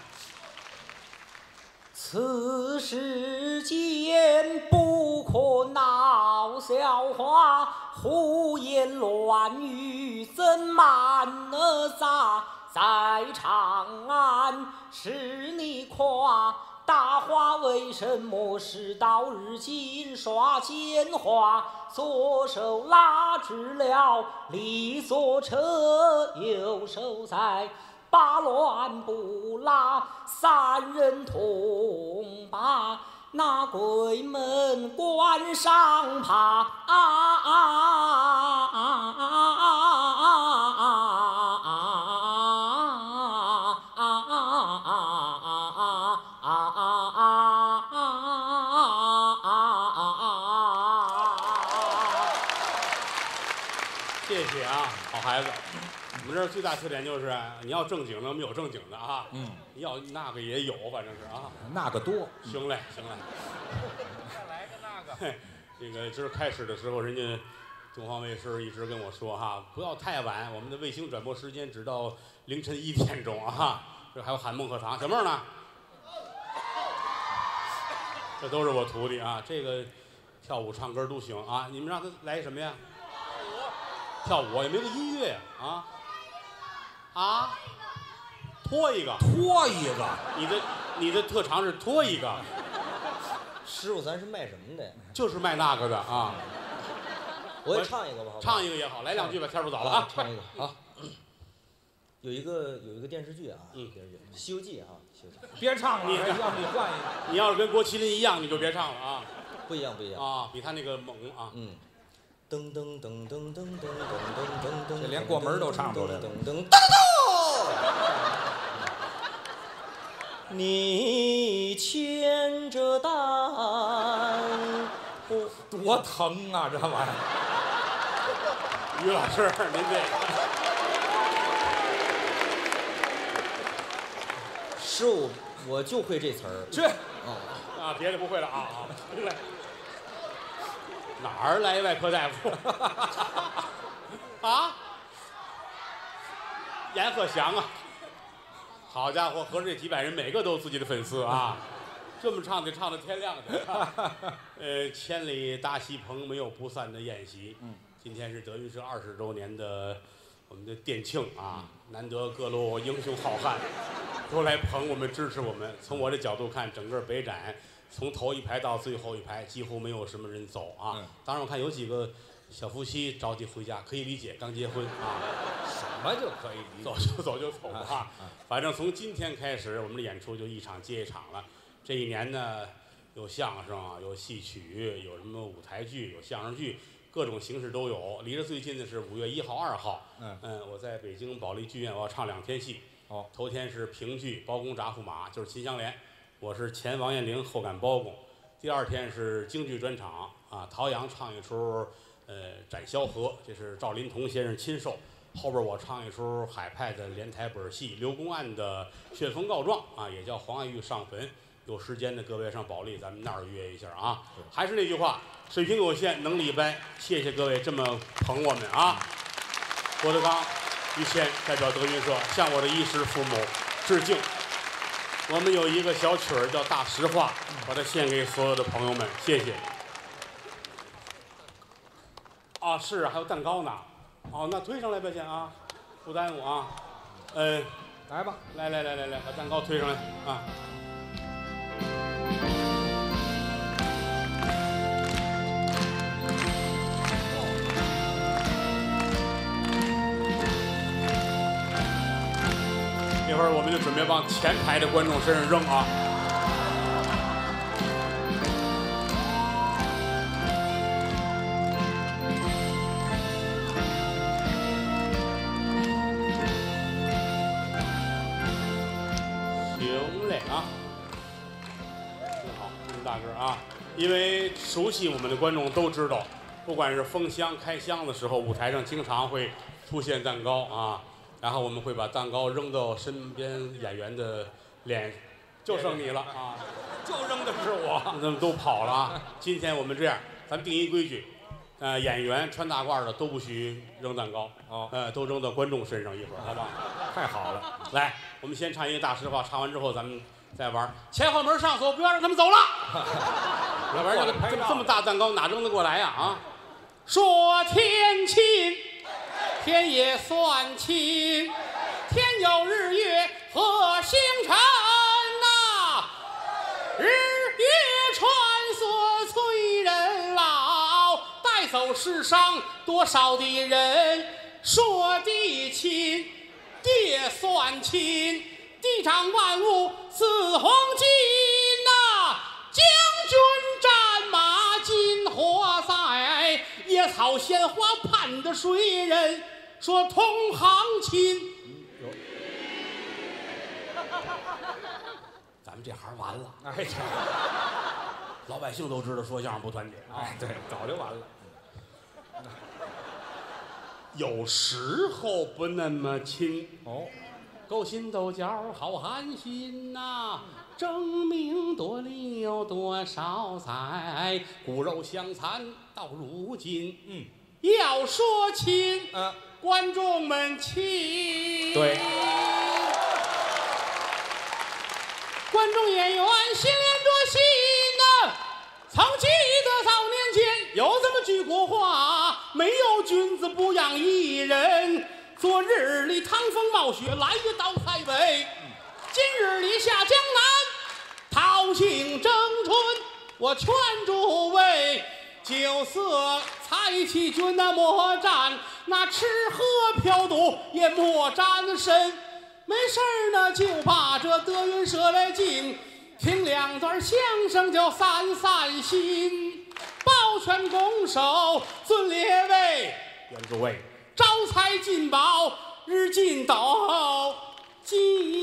[SPEAKER 7] 此世间不可闹笑话，胡言乱语怎瞒得杂？在长安是你夸，大话为什么事到如今耍奸猾？左手拉直了李左车，右手在。把乱不拉，三人同把那鬼门关上爬。
[SPEAKER 1] 谢谢啊，好孩子。我们这儿最大特点就是，你要正经的，我们有正经的啊。嗯，要那个也有，反正是啊。
[SPEAKER 2] 那个多。
[SPEAKER 1] 行嘞，行嘞。再来个 那个。这个今儿开始的时候，人家东方卫视一直跟我说哈，不要太晚，我们的卫星转播时间只到凌晨一点钟啊。这还有喊孟鹤堂，小妹儿呢？这都是我徒弟啊，这个跳舞唱歌都行啊。你们让他来什么呀？跳舞，跳舞也没个音乐呀啊啊，拖一个，
[SPEAKER 2] 脱一个，
[SPEAKER 1] 你的你的特长是拖一个，
[SPEAKER 5] 师傅，咱是卖什么的呀？
[SPEAKER 1] 就是卖那个的啊。
[SPEAKER 5] 我也唱一个吧，好吧？
[SPEAKER 1] 唱一个也好，来两句吧，天儿不早了啊。
[SPEAKER 5] 唱一个好。有一个有一个电视剧啊，
[SPEAKER 1] 嗯
[SPEAKER 5] 电视剧《西游记》啊，《西游记
[SPEAKER 2] 别唱了，
[SPEAKER 1] 你
[SPEAKER 2] 要不你换一 个。
[SPEAKER 1] 你要是跟郭麒麟一样，你就别唱了啊》
[SPEAKER 5] 不一样，不一样。
[SPEAKER 1] 啊，比他那个猛啊。
[SPEAKER 5] 嗯，噔噔噔噔噔噔噔噔噔噔噔，
[SPEAKER 2] 这连过门都唱出来了
[SPEAKER 5] 噔噔噔噔。
[SPEAKER 7] 你牵着担，我
[SPEAKER 2] 多疼啊，这玩意儿！
[SPEAKER 1] 于老师，您这个
[SPEAKER 5] 师傅，我就会这词儿。
[SPEAKER 2] 去，
[SPEAKER 1] 啊，别的不会了啊 啊。来，哪儿来外科大夫？ 啊，阎鹤祥啊！好家伙，合着这几百人每个都有自己的粉丝啊！这么唱得唱到天亮去。呃，千里大戏棚没有不散的宴席。嗯，今天是德云社二十周年的我们的店庆啊，难得各路英雄好汉都来捧我们、支持我们。从我的角度看，整个北展从头一排到最后一排几乎没有什么人走啊。
[SPEAKER 2] 嗯
[SPEAKER 1] 当然，我看有几个小夫妻着急回家，可以理解，刚结婚啊。
[SPEAKER 2] 什么就可以理
[SPEAKER 1] 走
[SPEAKER 2] 解？
[SPEAKER 1] 就 走就走
[SPEAKER 2] 啊
[SPEAKER 1] 吧。反正从今天开始，我们的演出就一场接一场了。这一年呢，有相声啊，有戏曲，有什么舞台剧，有相声剧，各种形式都有。离着最近的是五月一号、二号。
[SPEAKER 2] 嗯
[SPEAKER 1] 我在北京保利剧院，我要唱两天戏。
[SPEAKER 2] 哦，
[SPEAKER 1] 头天是评剧《包公铡驸马》，就是秦香莲，我是前王彦玲，后赶包公。第二天是京剧专场啊，陶阳唱一出呃《斩萧何》，这是赵林童先生亲授。后边我唱一出海派的连台本戏《刘公案的旋风告状》啊，也叫黄爱玉上坟。有时间的各位上保利，咱们那儿约一下啊。还是那句话，水平有限，能力一般。谢谢各位这么捧我们啊！郭德纲、于谦代表德云社向我的衣食父母致敬。我们有一个小曲儿叫《大实话》，把它献给所有的朋友们，谢谢。啊，是啊还有蛋糕呢。哦，那推上来吧，先啊，不耽误啊。嗯，
[SPEAKER 2] 来吧，
[SPEAKER 1] 来来来来来，把蛋糕推上来啊。一会儿我们就准备往前排的观众身上扔啊。行嘞啊，真好，这么大个儿啊！因为熟悉我们的观众都知道，不管是封箱、开箱的时候，舞台上经常会出现蛋糕啊，然后我们会把蛋糕扔到身边演员的脸，就剩你了啊！
[SPEAKER 2] 就扔的是我。
[SPEAKER 1] 他们都跑了啊！今天我们这样，咱们定一规矩，呃，演员穿大褂的都不许扔蛋糕，
[SPEAKER 2] 哦
[SPEAKER 1] 呃，都扔到观众身上一会儿，好吧？
[SPEAKER 2] 太好了，
[SPEAKER 1] 来，我们先唱一个大实话，唱完之后咱们再玩儿。前后门上锁，不要让他们走了，要不然这
[SPEAKER 2] 过来拍
[SPEAKER 1] 这
[SPEAKER 2] 照
[SPEAKER 1] 这么大蛋糕哪扔得过来呀？啊！说天亲，天也算亲，天有日月和星辰呐、日月穿梭催人老，带走世上多少的人。说地亲，地也算亲，地长万物似黄金呐、将军战马金火在，野草鲜花盼的谁人？说同行亲。 咱们这行完了。
[SPEAKER 2] 哎呀，
[SPEAKER 1] 老百姓都知道说相声不团结啊。
[SPEAKER 2] 哎，对，早就完了。
[SPEAKER 1] 有时候不那么亲，
[SPEAKER 2] 哦，
[SPEAKER 1] 勾心斗角好寒心呐、争名夺利有多少载，骨肉相残到如今。
[SPEAKER 2] 嗯，
[SPEAKER 1] 要说亲，
[SPEAKER 2] 嗯，
[SPEAKER 1] 观众们亲。
[SPEAKER 2] 对。
[SPEAKER 1] 观众演员心连着心呐、
[SPEAKER 3] 齐国话，没有君子不养艺人。昨日里趟风冒雪来一道塞北，今日里下江南，桃杏争春。我劝诸位，酒色财气君那莫沾，那吃喝嫖赌也莫沾身。没事儿呢，就把这德云社来敬，听两段相声就散散心。抱拳拱手，尊列位，
[SPEAKER 1] 愿诸位
[SPEAKER 3] 招财进宝，日进斗金。